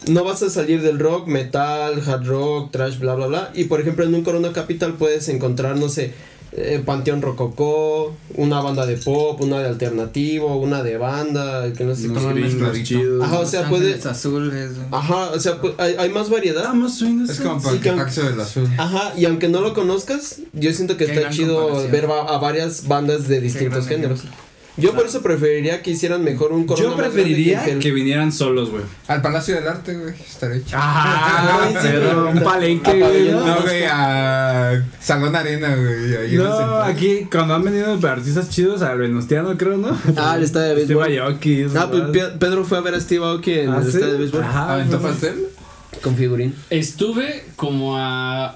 Speaker 2: no vas a salir del rock, metal, hard rock, trash, bla, bla, bla. Y por ejemplo, en un Corona Capital puedes encontrar, no sé, eh, Panteón Rococó, una banda de pop, una de alternativo, una de banda, que no sé
Speaker 4: No
Speaker 2: cómo-
Speaker 4: sé.
Speaker 1: gringos
Speaker 4: mezcladito.
Speaker 1: chidos.
Speaker 2: Ajá, o
Speaker 3: Los
Speaker 2: sea, puede- Ah,
Speaker 3: Ángeles Azules. güey.
Speaker 2: Ajá, o sea, pu- hay, hay más variedad.
Speaker 1: Vamos, soy
Speaker 4: Es como para
Speaker 2: Sí,
Speaker 4: que
Speaker 2: que-
Speaker 4: Paxo del Azul.
Speaker 2: Ajá, y aunque no lo conozcas, yo siento que
Speaker 3: Qué
Speaker 2: está
Speaker 3: gran
Speaker 2: chido
Speaker 3: comparación.
Speaker 2: ver va- a varias bandas de
Speaker 3: Qué
Speaker 2: distintos
Speaker 3: gran
Speaker 2: géneros.
Speaker 3: ejemplo.
Speaker 2: Yo por eso preferiría que hicieran mejor un corona.
Speaker 1: Yo
Speaker 2: más grande
Speaker 1: preferiría
Speaker 2: que el
Speaker 1: que
Speaker 2: gel.
Speaker 1: vinieran solos, güey.
Speaker 4: Al Palacio del Arte, güey. Estaré chido.
Speaker 1: Ah,
Speaker 2: Ay, sí, Ah,
Speaker 1: pero
Speaker 2: güey.
Speaker 1: un palenque, güey.
Speaker 2: Pabellón.
Speaker 1: Ah, No,
Speaker 4: No, güey, a Salón Arena, güey. ahí en el
Speaker 1: No,
Speaker 4: centro.
Speaker 1: aquí cuando han venido artistas chidos al Venustiano, creo, ¿no?
Speaker 2: Ah, el estadio de
Speaker 1: Steve
Speaker 2: béisbol.
Speaker 1: Aoki. esos
Speaker 2: Ah, pues
Speaker 1: más.
Speaker 2: Pe- Pedro fue a ver a Steve Aoki en
Speaker 1: Ah,
Speaker 2: el
Speaker 1: ¿sí?
Speaker 2: estadio de béisbol.
Speaker 1: Ajá,
Speaker 4: ¿Aventó
Speaker 1: pues,
Speaker 4: pastel?
Speaker 2: Con figurín.
Speaker 6: Estuve como a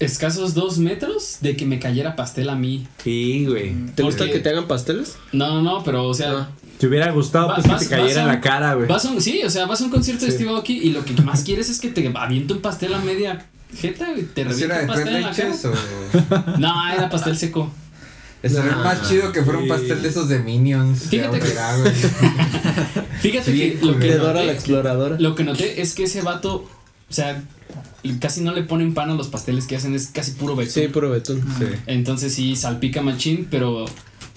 Speaker 6: escasos dos metros de que me cayera pastel a mí.
Speaker 1: Sí, güey.
Speaker 2: ¿Te gusta
Speaker 6: Porque-
Speaker 2: que te hagan pasteles?
Speaker 6: No, no, no, pero o sea,
Speaker 2: Ah.
Speaker 1: Te hubiera gustado
Speaker 6: Va-
Speaker 1: pues, que
Speaker 6: vas-
Speaker 1: te cayera
Speaker 6: vas
Speaker 1: en
Speaker 6: a-
Speaker 1: la cara, güey.
Speaker 6: vas a un, sí, o sea, vas a un concierto de Steve Aoki y lo que más quieres es que te aviente un pastel a media jeta y te
Speaker 4: ¿Sí
Speaker 6: revienta
Speaker 4: Pues era de tres
Speaker 6: un pastel en la cara.
Speaker 4: leches o...?
Speaker 6: No, era pastel seco.
Speaker 4: Estaría
Speaker 2: No.
Speaker 4: más chido que fuera un
Speaker 1: Sí.
Speaker 4: pastel de esos de Minions. de
Speaker 6: Fíjate que-
Speaker 4: Aurrera, güey.
Speaker 6: Fíjate
Speaker 4: Sí,
Speaker 6: que lo que
Speaker 2: De Dora la
Speaker 6: noté-
Speaker 2: exploradora.
Speaker 6: Lo que noté es que ese vato, o sea, casi no le ponen pan a los pasteles que hacen, es casi puro betún.
Speaker 2: Sí, puro betún.
Speaker 6: Entonces sí, salpica machín, pero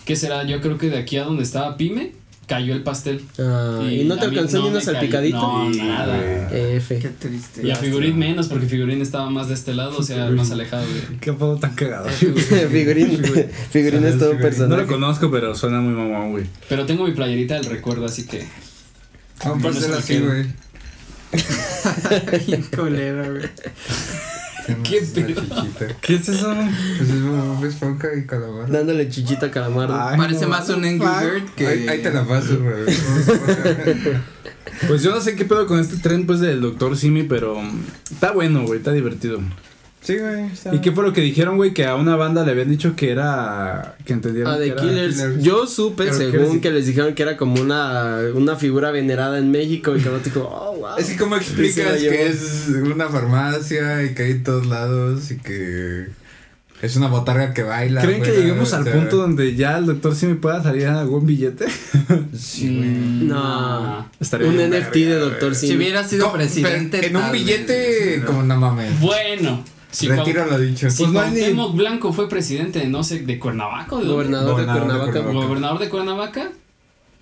Speaker 6: ¿qué será? Yo creo que de aquí a donde estaba Pime, cayó el pastel.
Speaker 2: Ah, y, no te
Speaker 6: a mí
Speaker 2: alcanzó ni
Speaker 6: no
Speaker 2: una
Speaker 6: me cayó-
Speaker 2: salpicadita. Eh,
Speaker 6: No,
Speaker 1: Sí,
Speaker 6: nada.
Speaker 3: Qué
Speaker 2: F.
Speaker 3: triste.
Speaker 6: Y a Figurín menos, porque Figurín estaba más de este lado, o sea, más alejado de...
Speaker 1: Qué pedo tan cagado.
Speaker 2: figurín. figurín es todo un
Speaker 1: No lo
Speaker 2: personaje.
Speaker 1: conozco, pero suena muy mamón, güey.
Speaker 6: Pero tengo mi playerita del recuerdo, así que...
Speaker 4: A Ah, un
Speaker 6: Yo no
Speaker 4: pastel
Speaker 6: sé
Speaker 4: así,
Speaker 6: qué.
Speaker 4: güey.
Speaker 3: Bien colera, güey.
Speaker 6: Qué
Speaker 4: Una
Speaker 6: pedo.
Speaker 4: salchichita.
Speaker 1: ¿Qué es eso?
Speaker 4: Pues es Bob Esponja y calamar.
Speaker 2: Dándole chichita a calamardo.
Speaker 3: Parece más un Angry Bird que.
Speaker 4: Ahí, ahí te la paso, güey.
Speaker 1: Pues yo no sé qué pedo con este tren, pues, del doctor Simi, pero mm, está bueno, güey, está divertido.
Speaker 4: sí, güey. está-
Speaker 1: ¿Y qué fue lo que dijeron, güey? Que a una banda le habían dicho que era... Que entendieron
Speaker 2: Ah,
Speaker 1: que
Speaker 2: de
Speaker 1: era-
Speaker 2: Killers.
Speaker 4: Killers.
Speaker 2: Yo supe,
Speaker 1: Pero
Speaker 2: según
Speaker 1: Killers-
Speaker 2: que les dijeron que era como una, una figura venerada en México y que el vato dijo, oh, wow.
Speaker 4: Es que cómo
Speaker 2: Sí, se la
Speaker 4: explicas
Speaker 2: llevó.
Speaker 4: que es una farmacia y que hay en todos lados y que es una botarga que baila.
Speaker 1: ¿Creen que
Speaker 4: güey,
Speaker 1: lleguemos
Speaker 4: o
Speaker 1: al
Speaker 4: sea,
Speaker 1: punto donde ya el doctor Simi pueda salir a algún billete?
Speaker 4: Sí, güey.
Speaker 6: mm,
Speaker 2: No.
Speaker 1: Estaría
Speaker 2: Un
Speaker 1: bien
Speaker 2: NFT de
Speaker 4: verga,
Speaker 2: Doctor
Speaker 3: Si
Speaker 2: Simi.
Speaker 3: hubiera sido
Speaker 4: Pero
Speaker 3: presidente.
Speaker 4: En un
Speaker 3: tal vez,
Speaker 4: billete,
Speaker 3: ¿no?
Speaker 4: como no mames.
Speaker 6: Bueno. Si, Cuau-
Speaker 4: Retiro lo dicho.
Speaker 6: si
Speaker 1: Pues no hay ni-
Speaker 6: Cuauhtémoc Blanco fue presidente, de, no sé, de Cuernavaca, o de dónde?
Speaker 2: Gobernador de
Speaker 4: Gobernador de
Speaker 2: Cuernavaca.
Speaker 4: Cuernavaca.
Speaker 6: Gobernador de Cuernavaca,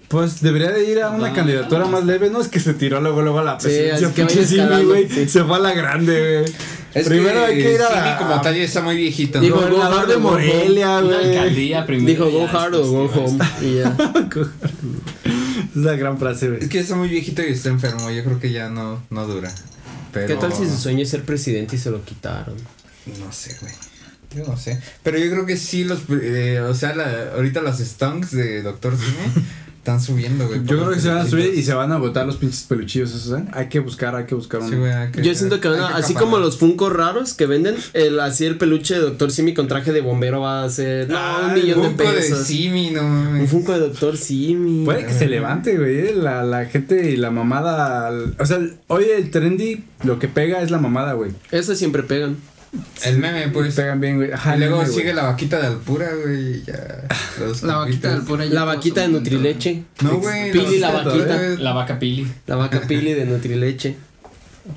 Speaker 1: Pues debería de ir a una
Speaker 6: Ah.
Speaker 1: candidatura más leve, ¿no? Es que se tiró luego, luego a la
Speaker 2: Sí,
Speaker 1: presidencia.
Speaker 2: así que
Speaker 1: pinche
Speaker 2: vaya
Speaker 1: Simi,
Speaker 2: escalando,
Speaker 1: güey,
Speaker 2: sí.
Speaker 1: Se fue a la grande, güey.
Speaker 4: Es
Speaker 1: Primero hay que ir a la-
Speaker 4: Simi como tal ya está muy viejito. ¿no?
Speaker 2: Digo,
Speaker 1: Gobernador
Speaker 2: gobernador de
Speaker 1: de Morelia,
Speaker 6: una
Speaker 1: güey.
Speaker 6: alcaldía primero.
Speaker 2: Dijo,
Speaker 6: y
Speaker 2: go
Speaker 6: ya
Speaker 2: hard o
Speaker 6: después
Speaker 2: go
Speaker 6: iba a
Speaker 2: home.
Speaker 6: estar.
Speaker 2: Y ya.
Speaker 1: Es la gran frase, güey.
Speaker 4: Es que ya está muy viejito y está enfermo. Yo creo que ya no, no dura. Pero...
Speaker 2: ¿Qué tal si su sueño es ser presidente y se lo quitaron?
Speaker 4: No sé, güey. Yo no sé. Pero yo creo que sí, los. eh, o sea, la- ahorita las stunks de Doctor Simi están subiendo, güey.
Speaker 1: Yo creo que se van a subir y se van a agotar los pinches peluchillos esos, ¿eh? Hay que buscar, hay que buscar un...
Speaker 4: Sí, güey, hay
Speaker 2: Yo siento que van a-
Speaker 4: hay
Speaker 2: así
Speaker 4: acaparar.
Speaker 2: como los funcos raros que venden, el, así el peluche de Doctor Simi con traje de bombero va a ser no,
Speaker 1: Ah,
Speaker 2: un
Speaker 1: el
Speaker 2: millón de
Speaker 4: Funko de
Speaker 2: pesos.
Speaker 4: Simi, no
Speaker 2: un
Speaker 4: mames.
Speaker 2: funco de Doctor Simi.
Speaker 1: Puede que se levante, güey, eh, la, la gente y la mamada... O sea, el- hoy el trendy lo que pega es la mamada, güey.
Speaker 2: Eso siempre pegan.
Speaker 4: El meme, pues.
Speaker 1: Pegan bien, güey. Ajá,
Speaker 4: Y luego
Speaker 1: meme, güey.
Speaker 4: sigue la vaquita de Alpura, güey. y Ya. Los
Speaker 3: La vaquita del
Speaker 4: compitas.
Speaker 3: pura ya
Speaker 2: La
Speaker 3: tuvo
Speaker 2: vaquita de
Speaker 3: su momento.
Speaker 2: Nutrileche.
Speaker 4: No, güey.
Speaker 2: Pili
Speaker 4: los-
Speaker 2: la vaquita.
Speaker 4: güey.
Speaker 6: La vaca Pili.
Speaker 2: La vaca Pili de Nutrileche.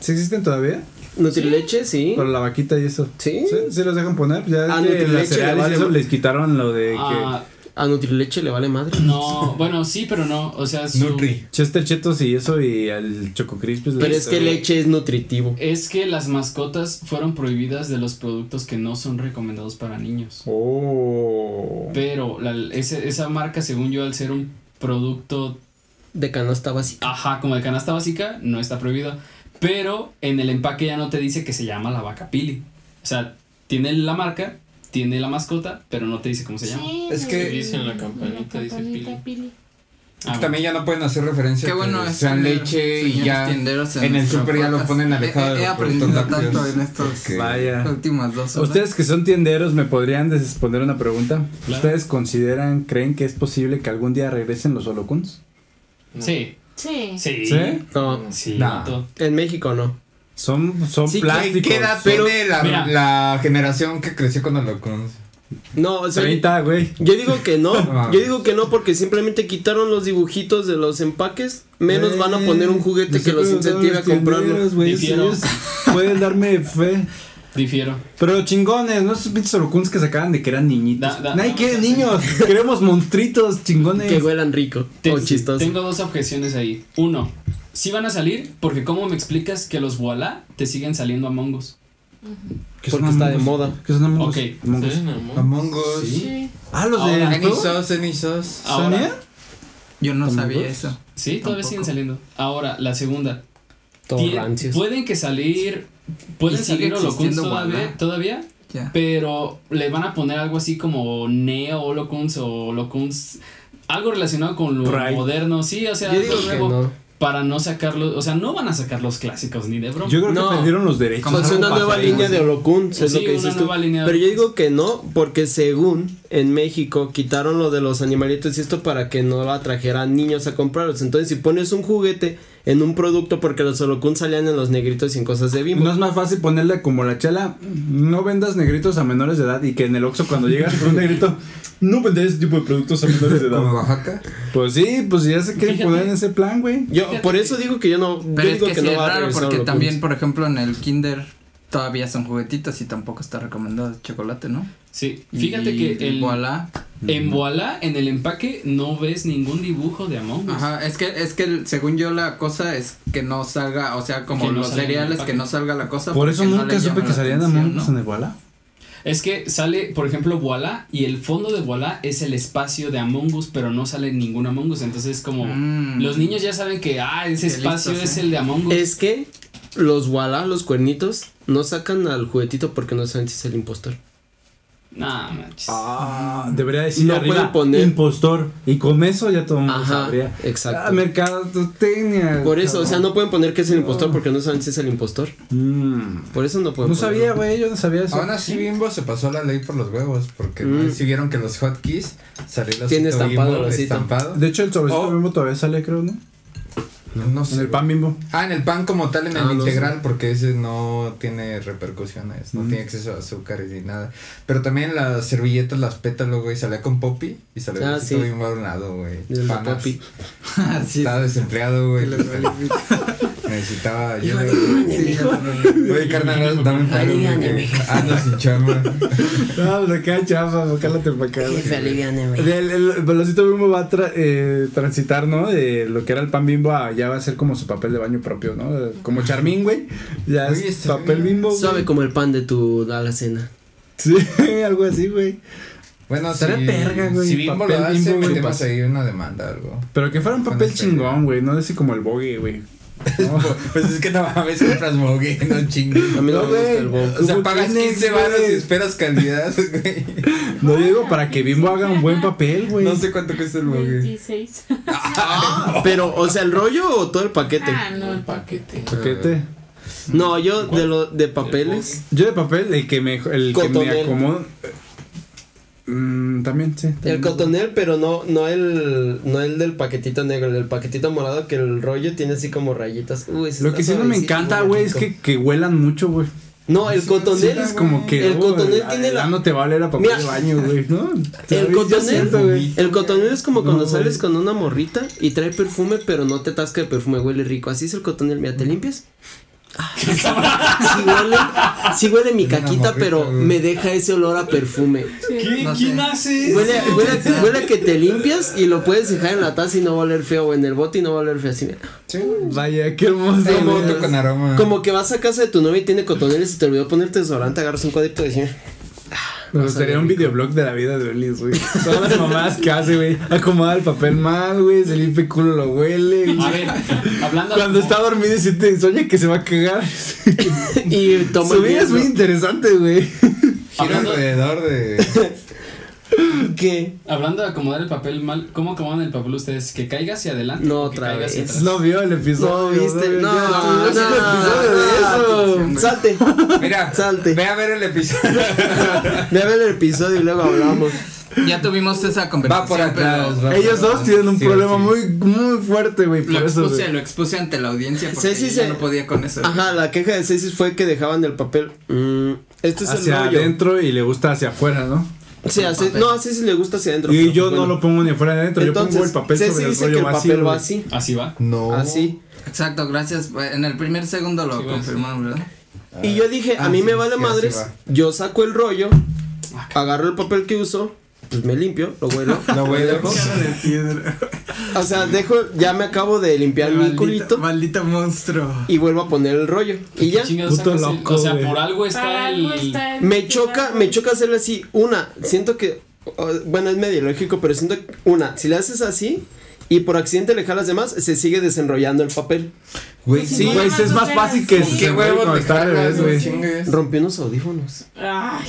Speaker 1: ¿Sí existen todavía?
Speaker 2: ¿Nutrileche? Sí.
Speaker 1: Con la vaquita y eso.
Speaker 2: ¿Sí?
Speaker 1: Sí, sí los dejan poner. Ya
Speaker 2: Ah,
Speaker 1: es que
Speaker 2: Nutrileche
Speaker 1: las
Speaker 2: le
Speaker 1: cereales
Speaker 2: vale
Speaker 1: y eso
Speaker 2: ma-
Speaker 1: les quitaron lo de que
Speaker 6: Ah,
Speaker 2: A Nutrileche le vale madre.
Speaker 6: no, bueno, sí, pero no. O sea, su-
Speaker 4: Nutri.
Speaker 1: Chester Chetos y eso y pues, el Choco Crisp.
Speaker 2: Pero es que leche es nutritivo.
Speaker 6: es que las mascotas fueron prohibidas de los productos que no son recomendados para niños.
Speaker 1: Oh.
Speaker 6: Pero la- ese- esa marca, según yo, al ser un producto,
Speaker 2: De canasta básica.
Speaker 6: ajá, como de canasta básica, no está prohibida. Pero en el empaque ya no te dice que se llama la vaca Pili. O sea, tiene la marca, tiene la mascota, pero no te dice cómo se llama.
Speaker 4: Es que-
Speaker 7: Dice en la campanita, dice Pili.
Speaker 5: Pili.
Speaker 6: Ah, bueno.
Speaker 4: También ya no pueden hacer referencia
Speaker 3: Qué
Speaker 4: a que
Speaker 3: bueno es
Speaker 4: sean
Speaker 3: tener
Speaker 4: leche y
Speaker 3: señores
Speaker 4: ya.
Speaker 3: tienderos
Speaker 4: en el
Speaker 3: nuestro
Speaker 4: súper ya lo
Speaker 3: podcast.
Speaker 4: ponen alejado
Speaker 3: He-
Speaker 4: de
Speaker 3: He
Speaker 4: los
Speaker 3: aprendido
Speaker 4: productos
Speaker 3: tanto
Speaker 4: lácteos.
Speaker 3: en estas
Speaker 4: Que-
Speaker 1: Vaya.
Speaker 3: últimas dos horas.
Speaker 1: Ustedes que son tienderos, ¿me podrían responder una pregunta?
Speaker 6: Claro.
Speaker 1: ¿Ustedes consideran, creen que es posible que algún día regresen los holocuns?
Speaker 6: Sí,
Speaker 5: Sí.
Speaker 6: sí.
Speaker 1: ¿Sí?
Speaker 2: No,
Speaker 6: Sí,
Speaker 1: Nah.
Speaker 6: vato.
Speaker 2: en México no.
Speaker 1: Son, son
Speaker 2: Sí, ¿qué-
Speaker 4: ¿Qué,
Speaker 1: plásticos.
Speaker 4: qué edad
Speaker 1: Son
Speaker 4: tiene la,
Speaker 6: mira.
Speaker 4: la generación que creció con los
Speaker 2: No, o sea,
Speaker 1: 30, güey.
Speaker 2: yo digo que no.
Speaker 1: Ah.
Speaker 4: mames.
Speaker 2: Yo digo que no porque simplemente quitaron los dibujitos de los empaques. Menos van a poner un juguete que los incentive a comprarlo.
Speaker 1: comprarlos güey. sí,
Speaker 6: Difiero.
Speaker 1: ellos Pueden darme fe.
Speaker 6: Difiero.
Speaker 1: Pero chingones, no esos pinches holocuns que sacaban de que eran niñitos.
Speaker 6: Da- da-
Speaker 1: Nadie
Speaker 6: da-
Speaker 1: quiere
Speaker 6: da-
Speaker 1: niños. Queremos monstruitos chingones.
Speaker 2: Que huelan rico
Speaker 6: Te-
Speaker 2: o chistoso.
Speaker 6: Tengo dos objeciones ahí. Uno, sí van a salir porque ¿cómo me explicas que los Voila te siguen saliendo a mongos?
Speaker 1: Que son
Speaker 2: Porque está de
Speaker 1: Among Us.
Speaker 2: moda.
Speaker 1: Que son Among Us.
Speaker 6: Ok,
Speaker 1: Among Us.
Speaker 7: ¿Saben, amor?
Speaker 4: Among Us.
Speaker 5: Sí.
Speaker 1: Ah, los
Speaker 6: Ahora,
Speaker 1: de.
Speaker 4: Any
Speaker 1: ¿no?
Speaker 4: Sos, Any Sos.
Speaker 6: Ahora,
Speaker 1: ¿Sonia?
Speaker 3: Yo no
Speaker 1: ¿Among
Speaker 3: sabía
Speaker 1: Us?
Speaker 3: eso.
Speaker 6: Sí, todavía
Speaker 3: Tampoco.
Speaker 6: siguen saliendo. Ahora, la segunda.
Speaker 2: Todos
Speaker 6: Tien-
Speaker 2: rancios.
Speaker 6: Pueden que salir.
Speaker 3: Y
Speaker 6: Pueden
Speaker 3: sigue
Speaker 6: salir Holocuns
Speaker 3: existiendo Ah.
Speaker 6: todavía,
Speaker 3: Wanda.
Speaker 6: todavía.
Speaker 3: Ya.
Speaker 6: Pero le van a poner algo así como Neo Holocuns o Holocuns. Algo relacionado con lo
Speaker 1: Pride.
Speaker 6: moderno. Sí, o sea,
Speaker 2: Yo
Speaker 6: algo
Speaker 2: digo que
Speaker 6: nuevo.
Speaker 2: no.
Speaker 6: Para no sacarlos. O sea, no van a sacar los clásicos ni de broma.
Speaker 1: Yo creo
Speaker 2: No.
Speaker 1: que perdieron los derechos.
Speaker 3: Como
Speaker 2: Pues
Speaker 1: Algo
Speaker 2: una nueva
Speaker 1: pasó ahí,
Speaker 2: línea
Speaker 1: ¿no?
Speaker 2: de Holocuns, es
Speaker 6: Pues Sí,
Speaker 2: lo que
Speaker 6: una
Speaker 2: dices tú.
Speaker 6: nueva línea de
Speaker 2: Pero yo
Speaker 6: Holocuns.
Speaker 2: digo que no, porque según en México quitaron lo de los animalitos y esto para que no atrajeran niños a comprarlos. Entonces, si pones un juguete en un producto, porque los Holocuns salían en los negritos y en cosas de Bimbo.
Speaker 1: No es más fácil ponerle como la chela, no vendas negritos a menores de edad y que en el Oxxo cuando llegas con un negrito, no vendas ese tipo de productos a menores de
Speaker 4: Como
Speaker 1: edad.
Speaker 4: Oaxaca.
Speaker 1: Pues sí, pues ya se quieren
Speaker 6: Fíjate.
Speaker 1: poner en ese plan, güey.
Speaker 2: Yo, por eso digo que yo no. yo
Speaker 3: Pero es
Speaker 2: digo
Speaker 3: que, sí
Speaker 2: no
Speaker 3: es
Speaker 2: va a
Speaker 3: raro
Speaker 2: regresar
Speaker 3: porque
Speaker 2: Holocuns.
Speaker 3: también, por ejemplo, en el kinder todavía son juguetitos y tampoco está recomendado el chocolate, ¿no?
Speaker 6: Sí, fíjate
Speaker 3: Y
Speaker 6: que el,
Speaker 3: Voilà.
Speaker 6: en Voilà, en el empaque, no ves ningún dibujo de Among Us.
Speaker 3: Ajá, es que, es que el- según yo la cosa es que no salga, o sea, como
Speaker 6: Que no
Speaker 3: los
Speaker 6: salga en el
Speaker 3: cereales, que
Speaker 6: empaque.
Speaker 3: no salga la cosa.
Speaker 1: Por eso
Speaker 3: porque no
Speaker 1: nunca
Speaker 3: le
Speaker 1: supe
Speaker 3: llama
Speaker 1: que
Speaker 3: la
Speaker 1: salían a
Speaker 3: atención,
Speaker 1: Among Us
Speaker 3: ¿no?
Speaker 1: en el Walla.
Speaker 6: Es que sale, por ejemplo, Voilà y el fondo de Voilà es el espacio de Among Us, pero no sale ningún Among Us. Entonces es como.
Speaker 3: Mm.
Speaker 6: Los niños ya saben que, ah, ese
Speaker 3: Qué
Speaker 6: espacio
Speaker 3: listos,
Speaker 6: es
Speaker 3: eh.
Speaker 6: el de Among Us.
Speaker 2: Es que los Wala, los cuernitos, no sacan al juguetito porque no saben si es el impostor.
Speaker 6: Nah, manches.
Speaker 1: Ah, debería decir
Speaker 2: No
Speaker 1: arriba,
Speaker 2: pueden poner.
Speaker 1: impostor. Y con eso ya todo el mundo
Speaker 2: Ajá,
Speaker 1: sabría.
Speaker 2: exacto.
Speaker 1: Ah, mercadotecnia.
Speaker 2: Por eso, o sea, no pueden poner que es el impostor
Speaker 1: No.
Speaker 2: porque no saben si es el impostor.
Speaker 1: Mm.
Speaker 2: Por eso no Ah, pueden
Speaker 1: No
Speaker 2: ponerlo.
Speaker 1: sabía, güey, yo no sabía eso.
Speaker 4: Aún así, Bimbo se pasó la ley por los huevos. Porque
Speaker 2: Mm.
Speaker 4: no siguieron que los hotkeys salieron
Speaker 2: Tiene estampado el osito.
Speaker 4: estampado.
Speaker 1: De hecho, el sobrecito
Speaker 4: Oh.
Speaker 1: bimbo todavía sale, creo, ¿no?
Speaker 4: No sé,
Speaker 1: En el pan bimbo.
Speaker 4: Ah, en el pan como tal, en
Speaker 2: Ah,
Speaker 4: el
Speaker 2: no
Speaker 4: integral, porque ese no tiene repercusiones, no
Speaker 1: Mm.
Speaker 4: tiene exceso de azúcar y nada. Pero también las servilletas, las pétalo, güey, salía con Poppy y salía
Speaker 2: Ah,
Speaker 4: ah,
Speaker 2: sí.
Speaker 4: sí. bien balonado, güey.
Speaker 2: Del
Speaker 4: Panas.
Speaker 2: Poppy.
Speaker 3: Así es.
Speaker 4: Estaba desempleado, güey. Necesitaba yo. Sí, Güey, carnal, dame un paro, güey, que Ando sin chamba.
Speaker 1: No, pues acá, chava, cálate para acá. güey.
Speaker 2: güey.
Speaker 1: El, el velocito bimbo va a tra- eh, transitar, ¿no? De lo que era el pan bimbo a ya va a ser como su papel de baño propio, ¿no? Como Charmín, güey. Ya
Speaker 4: Oye,
Speaker 1: es
Speaker 4: este-
Speaker 1: papel bimbo. güey.
Speaker 2: Suave como el pan de tu alacena.
Speaker 1: Sí, algo así, güey.
Speaker 4: Bueno,
Speaker 1: Estaría
Speaker 4: si,
Speaker 1: verga, güey,
Speaker 4: Si Bimbo lo
Speaker 1: papel
Speaker 4: hace,
Speaker 1: Bimbo, güey.
Speaker 4: metemos ahí una demanda, algo.
Speaker 1: Pero que fuera un papel
Speaker 4: Buena idea.
Speaker 1: chingón, güey. No así como el bogue, güey.
Speaker 4: Pues es que este, no mames, compras mogue, no
Speaker 2: A
Speaker 4: chingues.
Speaker 2: mí no,
Speaker 1: No,
Speaker 2: me gusta
Speaker 1: güey.
Speaker 2: el bobo.
Speaker 4: O sea,
Speaker 1: ¿Cómo
Speaker 4: pagas
Speaker 1: tienes,
Speaker 4: 15 baros y
Speaker 1: güey?
Speaker 4: esperas calidad, güey.
Speaker 1: No digo para que Bimbo haga un buen papel, güey.
Speaker 4: No sé cuánto cuesta el bogue.
Speaker 5: 26.
Speaker 2: Pero, o sea, el rollo o todo el paquete.
Speaker 5: Ah, no, el
Speaker 7: paquete.
Speaker 1: Paquete.
Speaker 2: No, yo de lo de papeles.
Speaker 1: Yo de papel, el que me, el que me
Speaker 2: Cotonel.
Speaker 1: acomodo. Mm, también, sí.
Speaker 2: El
Speaker 1: también.
Speaker 2: cotonel, pero no, no el, no el del paquetito negro, el del paquetito morado que el rollo tiene así como rayitas. Uy, ese
Speaker 1: Lo
Speaker 2: está
Speaker 1: que sí no me
Speaker 2: suavecito,
Speaker 1: encanta, güey, es
Speaker 2: rico.
Speaker 1: que, que huelan mucho, güey.
Speaker 2: No, el
Speaker 1: Sí,
Speaker 2: cotonel
Speaker 1: es como que.
Speaker 2: el
Speaker 1: oh,
Speaker 2: cotonel
Speaker 1: ya-
Speaker 2: tiene
Speaker 1: ya
Speaker 2: la-
Speaker 1: no te va a oler a papel
Speaker 2: Mira.
Speaker 1: de baño, güey, ¿no?
Speaker 2: El
Speaker 1: Yo
Speaker 2: cotonel,
Speaker 1: siento, güey.
Speaker 2: El cotonel es como cuando
Speaker 1: No,
Speaker 2: sales
Speaker 1: güey.
Speaker 2: con una morrita y trae perfume, pero no te tasca de perfume, huele rico. Así es el cotonel, mira, te limpias. Ah, sí huele, sí huele mi
Speaker 4: Tiene una
Speaker 2: caquita,
Speaker 4: morrita,
Speaker 2: pero
Speaker 4: güey.
Speaker 2: me deja ese olor a perfume.
Speaker 6: ¿Qué?
Speaker 3: No sé.
Speaker 6: ¿Quién hace eso?
Speaker 2: Huele, a- huele, a- huele a que te limpias y lo puedes dejar en la taza y no va a oler feo, o en el bote y no va a oler feo. Así, mira.
Speaker 1: Vaya, qué hermoso.
Speaker 4: Como
Speaker 1: güey.
Speaker 4: tú con aroma.
Speaker 2: Como que vas a casa de tu novia y tiene cotoneles y te olvidó ponerte desodorante, agarras un cuadrito y decir,
Speaker 1: Me gustaría un videoblog de la vida de Olis, güey. Todas las mamás que hace, güey. Acomoda el papel mal, güey. Se limpia el culo, lo huele. güey.
Speaker 6: A ver, hablando.
Speaker 1: Cuando está dormido y siente, sueña que se va a cagar.
Speaker 2: y toma
Speaker 1: Su
Speaker 2: el
Speaker 1: vida es muy
Speaker 2: riesgo.
Speaker 1: interesante, güey.
Speaker 4: Gira
Speaker 6: Hablando-
Speaker 4: alrededor de.
Speaker 2: ¿Qué?
Speaker 6: Hablando de acomodar el papel mal, ¿cómo acomodan el papel ustedes? ¿Que caiga hacia adelante?
Speaker 2: No,
Speaker 6: o que
Speaker 2: otra
Speaker 6: caiga hacia
Speaker 2: vez.
Speaker 6: atrás?
Speaker 1: No vio el
Speaker 2: No,
Speaker 1: episodio.
Speaker 2: viste,
Speaker 1: güey.
Speaker 2: no,
Speaker 1: Ya,
Speaker 2: no,
Speaker 1: ya vio el episodio de eso.
Speaker 2: no, salte.
Speaker 4: Mira,
Speaker 2: Salte.
Speaker 4: ve a ver el episodio.
Speaker 2: Ve a ver el episodio y luego hablamos.
Speaker 3: Ya tuvimos esa conversación.
Speaker 4: Va por atrás.
Speaker 3: pero
Speaker 4: va
Speaker 1: Ellos
Speaker 4: por
Speaker 1: dos tienen un
Speaker 4: Sí,
Speaker 1: problema
Speaker 4: sí.
Speaker 1: muy muy fuerte, güey, por
Speaker 3: Lo
Speaker 1: eso.
Speaker 3: expuse,
Speaker 1: güey.
Speaker 3: lo expuse ante la audiencia porque
Speaker 2: Sí, sí,
Speaker 3: yo
Speaker 2: sí.
Speaker 3: no podía con eso.
Speaker 2: Ajá, la queja de Ceci fue que dejaban el papel. mm, este es
Speaker 1: Hacia
Speaker 2: el rollo.
Speaker 1: adentro y le gusta hacia afuera, ¿no?
Speaker 2: Sí,
Speaker 3: El
Speaker 2: hace-
Speaker 3: papel.
Speaker 2: no, a Ceci le gusta hacia adentro.
Speaker 1: Y
Speaker 2: pero pues
Speaker 4: pues,
Speaker 1: yo no
Speaker 2: bueno.
Speaker 1: lo pongo ni afuera ni adentro,
Speaker 2: Entonces,
Speaker 1: yo pongo el papel
Speaker 2: Ceci
Speaker 1: sobre el
Speaker 2: dice
Speaker 1: rollo
Speaker 2: que el
Speaker 1: vacío.
Speaker 2: papel va
Speaker 1: güey. Oh.
Speaker 2: así.
Speaker 6: Así va.
Speaker 4: No.
Speaker 2: Así.
Speaker 3: Exacto, gracias. En el primer segundo lo
Speaker 6: Sí, bueno,
Speaker 3: confirmaron, ¿verdad?
Speaker 2: Y yo dije, a
Speaker 4: Ah,
Speaker 2: mí
Speaker 4: sí,
Speaker 2: me vale
Speaker 4: sí, así
Speaker 2: madres.
Speaker 4: va.
Speaker 2: Yo saco el rollo, agarro el papel que uso, pues me limpio, lo huelo.
Speaker 4: Lo huele.
Speaker 2: O sea, dejo, ya me acabo de limpiar mi
Speaker 3: Maldito-
Speaker 2: culito
Speaker 3: Maldito monstruo.
Speaker 2: y vuelvo a poner el rollo. Y ya.
Speaker 6: Chingados,
Speaker 1: Puto
Speaker 6: sacas el-
Speaker 1: loco,
Speaker 6: o sea,
Speaker 1: güey.
Speaker 6: por algo
Speaker 5: Para
Speaker 6: está
Speaker 5: algo
Speaker 6: el.
Speaker 5: está el
Speaker 2: Me choca, me choca hacerlo así. Una, siento que. o- Bueno, es medio lógico, pero siento. que- Una, si le haces así y por accidente le jalas de más, se sigue desenrollando el papel.
Speaker 4: Güey,
Speaker 5: Sí,
Speaker 1: Güey, es más fácil que
Speaker 5: Sí.
Speaker 1: que
Speaker 4: qué
Speaker 1: güey,
Speaker 4: huevo
Speaker 1: cuando
Speaker 4: te
Speaker 1: está al
Speaker 4: jalas,
Speaker 1: revés,
Speaker 4: güey.
Speaker 1: güey.
Speaker 4: chingues.
Speaker 2: Rompió unos audífonos.
Speaker 5: Ay,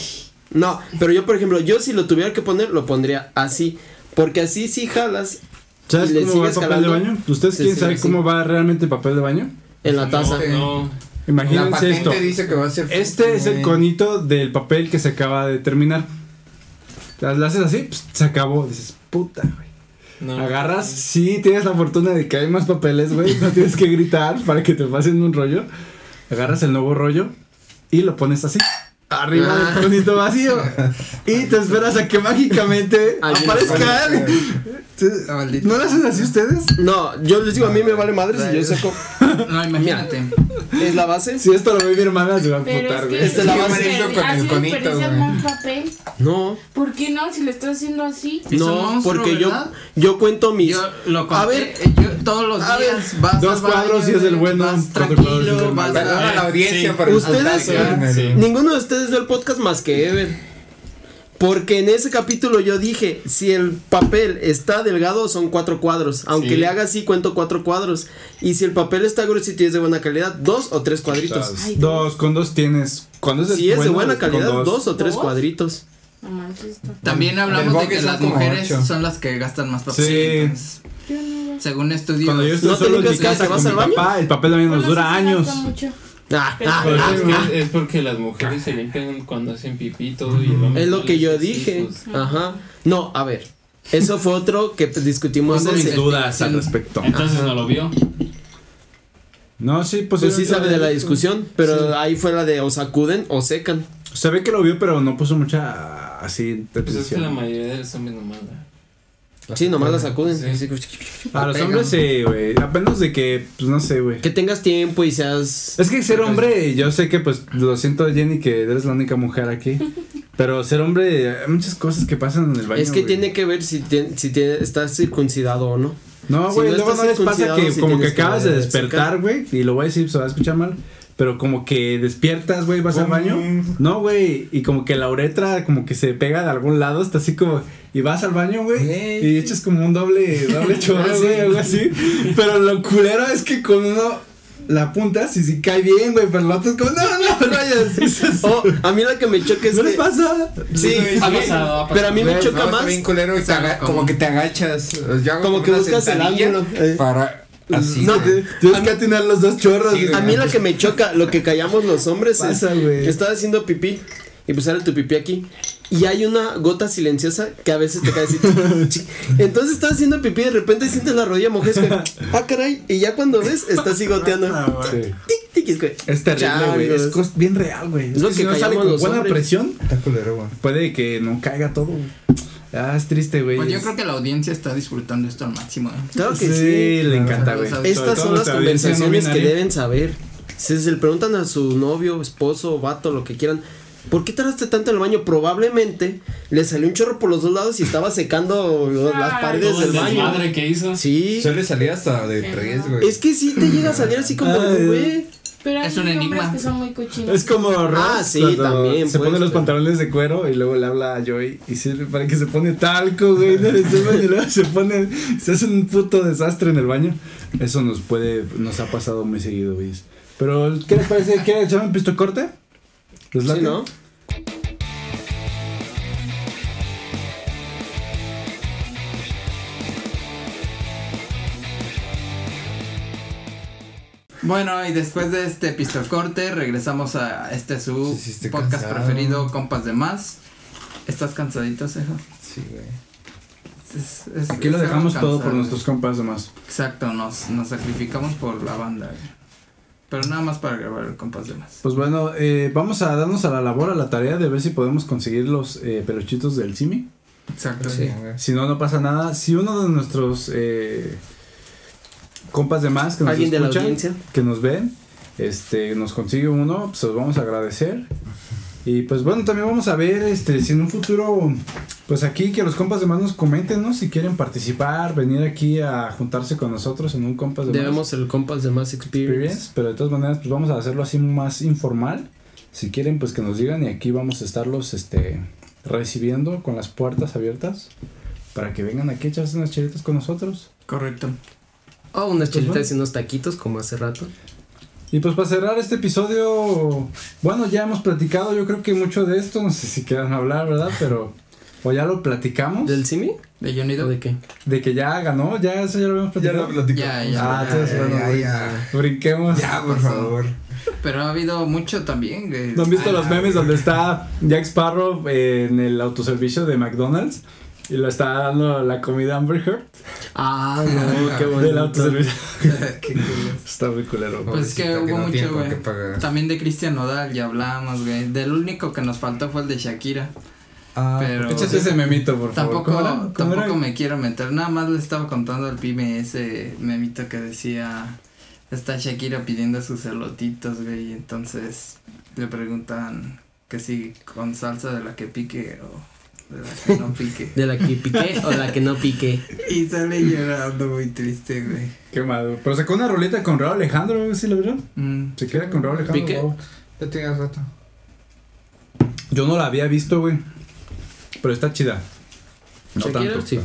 Speaker 2: No, pero yo, por ejemplo, yo si lo tuviera que poner, lo pondría así. Porque así si jalas
Speaker 1: ¿Sabes
Speaker 2: Y le
Speaker 1: cómo va el
Speaker 2: sigues
Speaker 1: papel de
Speaker 2: jalando.
Speaker 1: baño? ¿Ustedes
Speaker 2: Sí,
Speaker 1: quieren
Speaker 2: sí,
Speaker 1: saber
Speaker 2: sí.
Speaker 1: cómo va realmente el papel de baño?
Speaker 2: en la taza.
Speaker 6: No, no.
Speaker 4: La
Speaker 1: Imagínense
Speaker 4: patente
Speaker 1: esto.
Speaker 4: dice que va a ser.
Speaker 1: Este es el
Speaker 4: con
Speaker 1: conito del papel que se acaba de terminar. Las haces así, pues, se acabó. Dices, puta, güey.
Speaker 6: no.
Speaker 1: Agarras, sí, tienes la fortuna de que hay más papeles, güey. No tienes que gritar para que te pasen un rollo. Agarras el nuevo rollo y lo pones así. Arriba
Speaker 2: Ah.
Speaker 1: del conito vacío. Y te esperas a que mágicamente
Speaker 2: Alguien
Speaker 1: aparezca alguien.
Speaker 3: Ah, maldito.
Speaker 1: ¿No lo hacen así ustedes?
Speaker 2: No, yo les digo, a mí me vale madre si yo saco.
Speaker 3: No, imagínate.
Speaker 2: ¿Es la base?
Speaker 1: Si esto lo ve mi hermana, se va a
Speaker 5: pero es
Speaker 1: putar,
Speaker 5: que
Speaker 1: güey.
Speaker 2: Esta es la
Speaker 5: sí,
Speaker 2: base.
Speaker 5: pero
Speaker 4: Con el
Speaker 5: hace
Speaker 4: conito,
Speaker 5: diferencia
Speaker 4: güey.
Speaker 5: más papel.
Speaker 2: No,
Speaker 5: ¿Por qué no? Si lo estás haciendo así.
Speaker 3: Es un
Speaker 2: no,
Speaker 3: monstruo,
Speaker 2: porque
Speaker 3: ¿verdad?
Speaker 2: yo yo cuento mis.
Speaker 3: Yo lo conté,
Speaker 2: A ver.
Speaker 3: eh, yo todos los
Speaker 2: a
Speaker 3: días vas
Speaker 1: Dos
Speaker 3: al
Speaker 1: cuadros
Speaker 3: baño,
Speaker 1: y es el
Speaker 3: güey,
Speaker 1: bueno,
Speaker 3: vas
Speaker 1: cuatro cuadros y es
Speaker 3: tranquilo,
Speaker 1: el
Speaker 3: vas
Speaker 1: malo.
Speaker 4: Perdón a la audiencia por
Speaker 2: Ustedes- Ninguno de ustedes ve el podcast más que Ever. Porque en ese capítulo yo dije, si el papel está delgado son cuatro cuadros. Aunque
Speaker 6: Sí.
Speaker 2: le haga así, cuento cuatro cuadros. Y si el papel está grueso y es de buena calidad, dos o tres cuadritos.
Speaker 1: Dos, dos, con dos tienes. Cuando es de-
Speaker 2: Si es de
Speaker 1: bueno,
Speaker 2: buena
Speaker 1: con
Speaker 2: calidad, dos o tres
Speaker 5: ¿Dos?
Speaker 2: cuadritos.
Speaker 5: No manches, esto.
Speaker 3: También hablamos de
Speaker 4: bokeh
Speaker 3: que
Speaker 4: son
Speaker 3: las
Speaker 4: como
Speaker 3: mujeres
Speaker 4: ocho.
Speaker 3: son las que gastan más papel.
Speaker 1: Sí.
Speaker 3: entonces,
Speaker 5: Yo no lo-
Speaker 3: Según estudios.
Speaker 1: Cuando yo estoy
Speaker 2: ¿No te
Speaker 1: solo en mi
Speaker 2: limpias cada
Speaker 1: casa
Speaker 2: que
Speaker 1: con
Speaker 2: vas
Speaker 1: mi
Speaker 2: al baño?
Speaker 1: papá, el papel de baño nos
Speaker 5: Bueno,
Speaker 1: dura
Speaker 5: sí se
Speaker 1: años.
Speaker 5: gasta mucho.
Speaker 2: Ah, ah,
Speaker 7: Pero
Speaker 2: ah,
Speaker 7: Pues es
Speaker 2: ah.
Speaker 7: que- es porque las mujeres se limpian cuando hacen pipí y todo y el hombre
Speaker 2: Es lo
Speaker 7: no
Speaker 2: que
Speaker 7: les
Speaker 2: yo
Speaker 7: hace
Speaker 2: dije.
Speaker 7: hijos.
Speaker 2: Ajá. No, a ver. Eso fue otro que pues, discutimos.
Speaker 3: Cuando
Speaker 2: ese.
Speaker 3: me-
Speaker 1: Dudas al respecto.
Speaker 6: Entonces no lo vio.
Speaker 7: Pues
Speaker 1: No, sí, pues.
Speaker 2: Pues sí
Speaker 1: ahorita-
Speaker 2: sabe de la discusión, pero ahí fue la de o sacuden o secan.
Speaker 1: Se ve que lo vio, pero no puso mucha. Así.
Speaker 7: Pues es que
Speaker 1: atención.
Speaker 7: la mayoría de los hombres no manda.
Speaker 2: Sí, nomás la sacuden.
Speaker 7: Sí.
Speaker 1: A los
Speaker 3: Pega.
Speaker 1: hombres, sí, güey. Apenas de que, pues no sé, güey.
Speaker 2: Que tengas tiempo y seas...
Speaker 1: Es que ser hombre, yo sé que, pues, lo siento, Jenny, que eres la única mujer aquí. Pero ser hombre, hay muchas cosas que pasan en el baño.
Speaker 2: es que
Speaker 1: güey.
Speaker 2: tiene que ver si, tien- si tiene- estás circuncidado o no.
Speaker 1: No,
Speaker 2: Si
Speaker 1: güey,
Speaker 2: no
Speaker 1: luego
Speaker 2: estás
Speaker 1: no les pasa
Speaker 2: circuncidado,
Speaker 1: que
Speaker 2: sí
Speaker 1: como que
Speaker 2: tienes que
Speaker 1: acabas de
Speaker 2: sacar.
Speaker 1: despertar, güey, y lo voy a decir, se va a escuchar mal, pero como que despiertas, güey, vas al baño. No, güey, y como que la uretra como que se pega de algún lado, está así como y vas al baño, güey, y echas como un doble doble chorro, güey, algo así. Pero lo culero es que con uno la apuntas y si cae bien, güey, pero el otro es como, no, no, rayas.
Speaker 2: Oh, a mí la que me choca es
Speaker 1: ¿No
Speaker 2: que...
Speaker 1: les pasa?
Speaker 2: Sí,
Speaker 4: Sí,
Speaker 2: a
Speaker 6: Ha
Speaker 2: mí-
Speaker 6: pasado, ha pasado.
Speaker 2: pero a mí me
Speaker 4: Güey,
Speaker 2: choca
Speaker 4: no, está
Speaker 2: más
Speaker 4: bien culero y te aga- como que te agachas. Yo hago
Speaker 2: como que
Speaker 4: una
Speaker 2: buscas el
Speaker 4: sentadilla
Speaker 2: ángulo. eh.
Speaker 4: Para. Así.
Speaker 2: No,
Speaker 4: güey.
Speaker 1: Tienes que atinar los dos chorros.
Speaker 4: Sí, güey.
Speaker 2: A mí la que me choca, lo que callamos los hombres es
Speaker 1: Pasa, güey.
Speaker 2: que estás haciendo pipí y pues sale tu pipí aquí. Y hay una gota silenciosa que a veces te cae así. chi- Entonces estás haciendo pipí y de repente sientes la rodilla mojesca. Ah, caray. Y ya cuando ves, estás así goteando.
Speaker 1: Sí.
Speaker 2: Tic, tic, güey.
Speaker 1: Ah, Es terrible, güey. Es
Speaker 2: Changos.
Speaker 1: cos- bien real, güey.
Speaker 2: Es lo
Speaker 1: que
Speaker 2: que
Speaker 1: si no sale
Speaker 2: callamos
Speaker 1: con
Speaker 2: los
Speaker 1: buena
Speaker 2: hombres.
Speaker 1: presión,
Speaker 4: Está culero, güey.
Speaker 1: puede que no caiga todo. güey. Ah, es triste, güey.
Speaker 3: Pues yo
Speaker 1: Es-
Speaker 3: creo que la audiencia está disfrutando esto al máximo. ¿eh?
Speaker 2: Claro
Speaker 1: sí,
Speaker 2: que sí.
Speaker 1: le encanta, güey.
Speaker 3: Estas
Speaker 1: Sobre
Speaker 2: Estas
Speaker 1: todo
Speaker 2: son las
Speaker 1: nuestra audiencia no
Speaker 2: conversaciones que
Speaker 1: binaria.
Speaker 2: deben saber. Si se le preguntan a su novio, esposo, vato, lo que quieran, ¿por qué tardaste tanto en el baño? Probablemente le salió un chorro por los dos lados y estaba secando lo- las
Speaker 5: Ay,
Speaker 2: paredes
Speaker 6: Todo
Speaker 2: del
Speaker 6: el
Speaker 2: baño.
Speaker 6: desmadre que hizo.
Speaker 2: Sí.
Speaker 4: Suele salir hasta de tres, güey.
Speaker 2: Es que sí te llega a salir así como,
Speaker 1: Ay.
Speaker 2: güey.
Speaker 5: Pero hay
Speaker 3: Es un
Speaker 5: hombres
Speaker 3: enigma.
Speaker 5: que son muy cochinos.
Speaker 1: Es como Ross
Speaker 2: Ah, sí,
Speaker 1: cuando
Speaker 2: también,
Speaker 1: Se
Speaker 2: pues,
Speaker 1: pone los
Speaker 2: pero-
Speaker 1: pantalones de cuero y luego le habla a Joy y sirve para que se pone talco, güey. no le sirve, y luego se pone. Se hace un puto desastre en el baño. Eso nos puede. Nos ha pasado muy seguido, güey. Pero, ¿qué les parece? ¿Quieren echar un pisto corte? ¿Les
Speaker 2: Sí,
Speaker 1: late?
Speaker 2: ¿no?
Speaker 3: Bueno, y después de este pistocorte, regresamos a este su
Speaker 4: Sí, sí, estoy
Speaker 3: podcast
Speaker 4: cansado.
Speaker 3: preferido, Compas de Más. ¿Estás cansadito, Ceja?
Speaker 4: Sí, güey.
Speaker 3: Es- es-
Speaker 1: Aquí lo
Speaker 3: es algo
Speaker 1: dejamos todo por
Speaker 3: cansado.
Speaker 1: nuestros compas nomás.
Speaker 3: Exacto, nos, nos sacrificamos por la banda. güey. Pero nada más para grabar el Compas de Más.
Speaker 1: Pues bueno, eh, vamos a darnos a la labor, a la tarea de ver si podemos conseguir los eh, peluchitos del Simi.
Speaker 3: Exacto.
Speaker 4: Sí, güey.
Speaker 1: Si no, no pasa nada. Si uno de nuestros eh, compas de más que nos
Speaker 2: Alguien de la
Speaker 1: escuchan,
Speaker 2: audiencia.
Speaker 1: que nos ven, este, nos consigue uno, pues los vamos a agradecer. Y pues bueno, también vamos a ver este, si en un futuro Pues aquí que los compas de más nos comenten, ¿no? Si quieren participar, venir aquí a juntarse con nosotros en un compas de más
Speaker 2: Debemos el compas de más experience.
Speaker 1: experience, pero de todas maneras pues vamos a hacerlo así más informal. Si quieren pues que nos digan y aquí vamos a estarlos este recibiendo con las puertas abiertas para que vengan aquí a echarse unas chelitas con nosotros.
Speaker 3: Correcto.
Speaker 2: O unas
Speaker 1: Pues
Speaker 2: chelitas y unos taquitos como hace rato.
Speaker 1: Y pues para cerrar este episodio, bueno, ya hemos platicado yo creo que mucho de esto, no sé si quieran hablar, ¿verdad? Pero o ya lo platicamos
Speaker 2: ¿Del Simi?
Speaker 3: ¿De Johnny
Speaker 2: ¿O
Speaker 3: Depp?
Speaker 2: de qué?
Speaker 1: de que ya ganó, ya eso ya lo habíamos
Speaker 4: Ya
Speaker 1: platicado.
Speaker 4: lo platicamos.
Speaker 3: Ya,
Speaker 1: Ah,
Speaker 3: ya.
Speaker 1: entonces,
Speaker 4: ya,
Speaker 1: bueno,
Speaker 4: ya,
Speaker 1: brin-
Speaker 4: ya.
Speaker 1: brinquemos.
Speaker 4: Ya, por favor.
Speaker 3: Pero ha habido mucho también, güey.
Speaker 1: ¿No han visto
Speaker 4: Ay,
Speaker 1: los
Speaker 4: la
Speaker 1: memes
Speaker 4: verga.
Speaker 1: donde está Jack Sparrow en el autoservicio de McDonald's? Y lo está dando la comida a Amber Heard
Speaker 2: Ah, no, qué
Speaker 1: del
Speaker 2: bonito.
Speaker 1: autoservicio.
Speaker 3: Qué culo.
Speaker 1: Está muy culero.
Speaker 3: Pues es que
Speaker 4: Pobrecita,
Speaker 3: hubo
Speaker 4: no
Speaker 3: mucho,
Speaker 4: tiene con
Speaker 3: güey.
Speaker 4: qué pagar.
Speaker 3: También de Cristian Nodal ya hablamos, güey. Del único que nos faltó fue el de Shakira.
Speaker 4: Ah,
Speaker 3: Pero
Speaker 1: Échate ese memito, por favor.
Speaker 3: tampoco,
Speaker 1: ¿Cómo era? ¿Cómo
Speaker 3: tampoco
Speaker 1: era?
Speaker 3: me quiero meter. Nada más le estaba contando al pibe ese memito que decía. Está Shakira pidiendo sus elotitos, güey. Y entonces le preguntan que si con salsa de la que pique o de la que no pique.
Speaker 2: ¿De la que piqué o la que no piqué?
Speaker 3: y sale llorando muy triste, güey.
Speaker 1: Qué malo. Pero sacó una rolita con Raúl Alejandro, ¿sí lo vieron?
Speaker 3: Mm.
Speaker 1: Se queda con Raúl Alejandro.
Speaker 2: ¿Piqué?
Speaker 1: wow.
Speaker 4: Ya tienes rato.
Speaker 1: Yo no la había visto, güey. Pero está chida.
Speaker 2: Shakira, sí.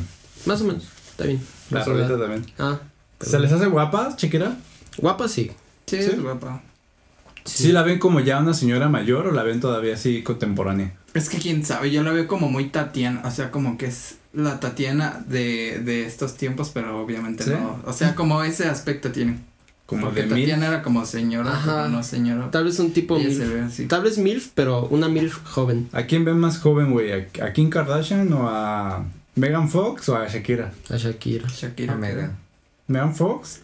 Speaker 2: Más o menos. Está bien.
Speaker 1: La
Speaker 2: Más o menos.
Speaker 1: rolita también.
Speaker 2: Ah,
Speaker 1: ¿Se les hace guapa, Shakira?
Speaker 2: guapa sí.
Speaker 3: Sí,
Speaker 1: ¿Sí?
Speaker 3: es guapa.
Speaker 1: ¿Sí la ven como ya una señora mayor o la ven todavía así contemporánea?
Speaker 3: Es que quién sabe, yo la veo como muy Tatiana, o sea, como que es la Tatiana de, de estos tiempos, pero obviamente
Speaker 1: ¿Sí?
Speaker 3: no. O sea, como ese aspecto tiene.
Speaker 1: Como
Speaker 3: Porque
Speaker 1: de mil.
Speaker 3: Tatiana era como señora,
Speaker 2: Ajá.
Speaker 3: pero no señora.
Speaker 2: Tal vez un tipo
Speaker 3: Ella se
Speaker 2: milf.
Speaker 3: ve así.
Speaker 2: Tal vez milf, pero una milf joven.
Speaker 1: ¿A quién ven más joven, güey? ¿A, a Kim Kardashian o a Megan Fox o a Shakira?
Speaker 2: A Shakira.
Speaker 3: Shakira.
Speaker 4: Megan.
Speaker 1: ¿Megan Fox?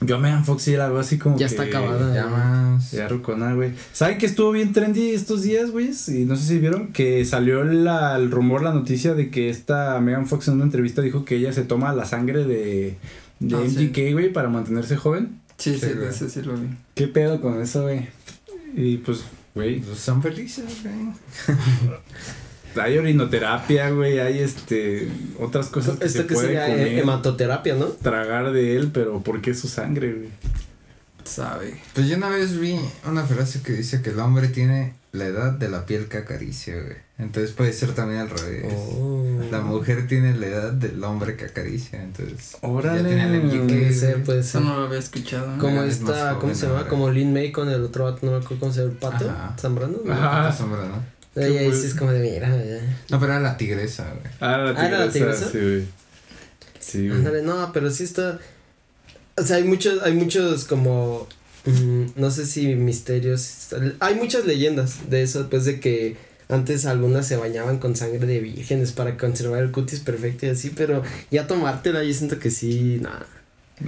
Speaker 1: Yo a Megan Fox sí la veo así como
Speaker 2: Ya
Speaker 1: que-
Speaker 2: está acabada.
Speaker 4: Ya más.
Speaker 1: Ya rucona, güey. ¿Saben que estuvo bien trendy estos días, güey? Y no sé si vieron que salió la- el rumor, la noticia de que esta Megan Fox en una entrevista dijo que ella se toma la sangre de, de
Speaker 3: Ah, sí.
Speaker 1: MGK, güey, para mantenerse joven.
Speaker 3: Sí,
Speaker 4: Sí,
Speaker 3: sí,
Speaker 4: güey.
Speaker 3: de ese sí lo vi.
Speaker 1: ¿Qué pedo con eso, güey? Y pues, güey,
Speaker 4: Pues Son felices, güey.
Speaker 1: hay orinoterapia, güey, hay este otras cosas que se
Speaker 2: Esto que
Speaker 1: pueden
Speaker 2: sería
Speaker 1: comer.
Speaker 2: eh, hematoterapia, ¿no?
Speaker 1: tragar de él, pero ¿por qué su sangre, güey?
Speaker 3: Sabe.
Speaker 4: Pues yo una vez vi una frase que dice que el hombre tiene la edad de la piel que acaricia, güey. Entonces puede ser también al revés.
Speaker 2: Oh.
Speaker 4: La mujer tiene la edad del hombre que acaricia, entonces.
Speaker 1: Órale.
Speaker 4: Ya tiene el MGK,
Speaker 2: Puede
Speaker 4: güey.
Speaker 2: ser, puede
Speaker 3: Eso
Speaker 2: ser.
Speaker 3: no lo había escuchado. ¿eh? ¿no?
Speaker 2: Como
Speaker 4: Megan es más
Speaker 2: esta,
Speaker 4: joven
Speaker 2: ¿cómo se
Speaker 4: ahora.
Speaker 2: llama? Como Lin May con el otro vato, no me acuerdo cómo se llama el pato.
Speaker 4: Ajá.
Speaker 2: Zambrano. ¿no?
Speaker 1: Ajá.
Speaker 4: Tanta sombra, ¿no?
Speaker 1: Qué
Speaker 2: Ella ahí sí es como de mira. ya.
Speaker 4: No, pero era la tigresa, güey.
Speaker 1: Ah,
Speaker 2: Ah, ¿era la tigresa?
Speaker 1: Sí, güey. Sí, güey.
Speaker 2: Ándale, no, pero sí está. O sea, hay muchos, hay muchos como. mm, no sé si misterios. Hay muchas leyendas de eso, pues de que antes algunas se bañaban con sangre de vírgenes para conservar el cutis perfecto y así, pero ya tomártela, yo siento que sí, nada.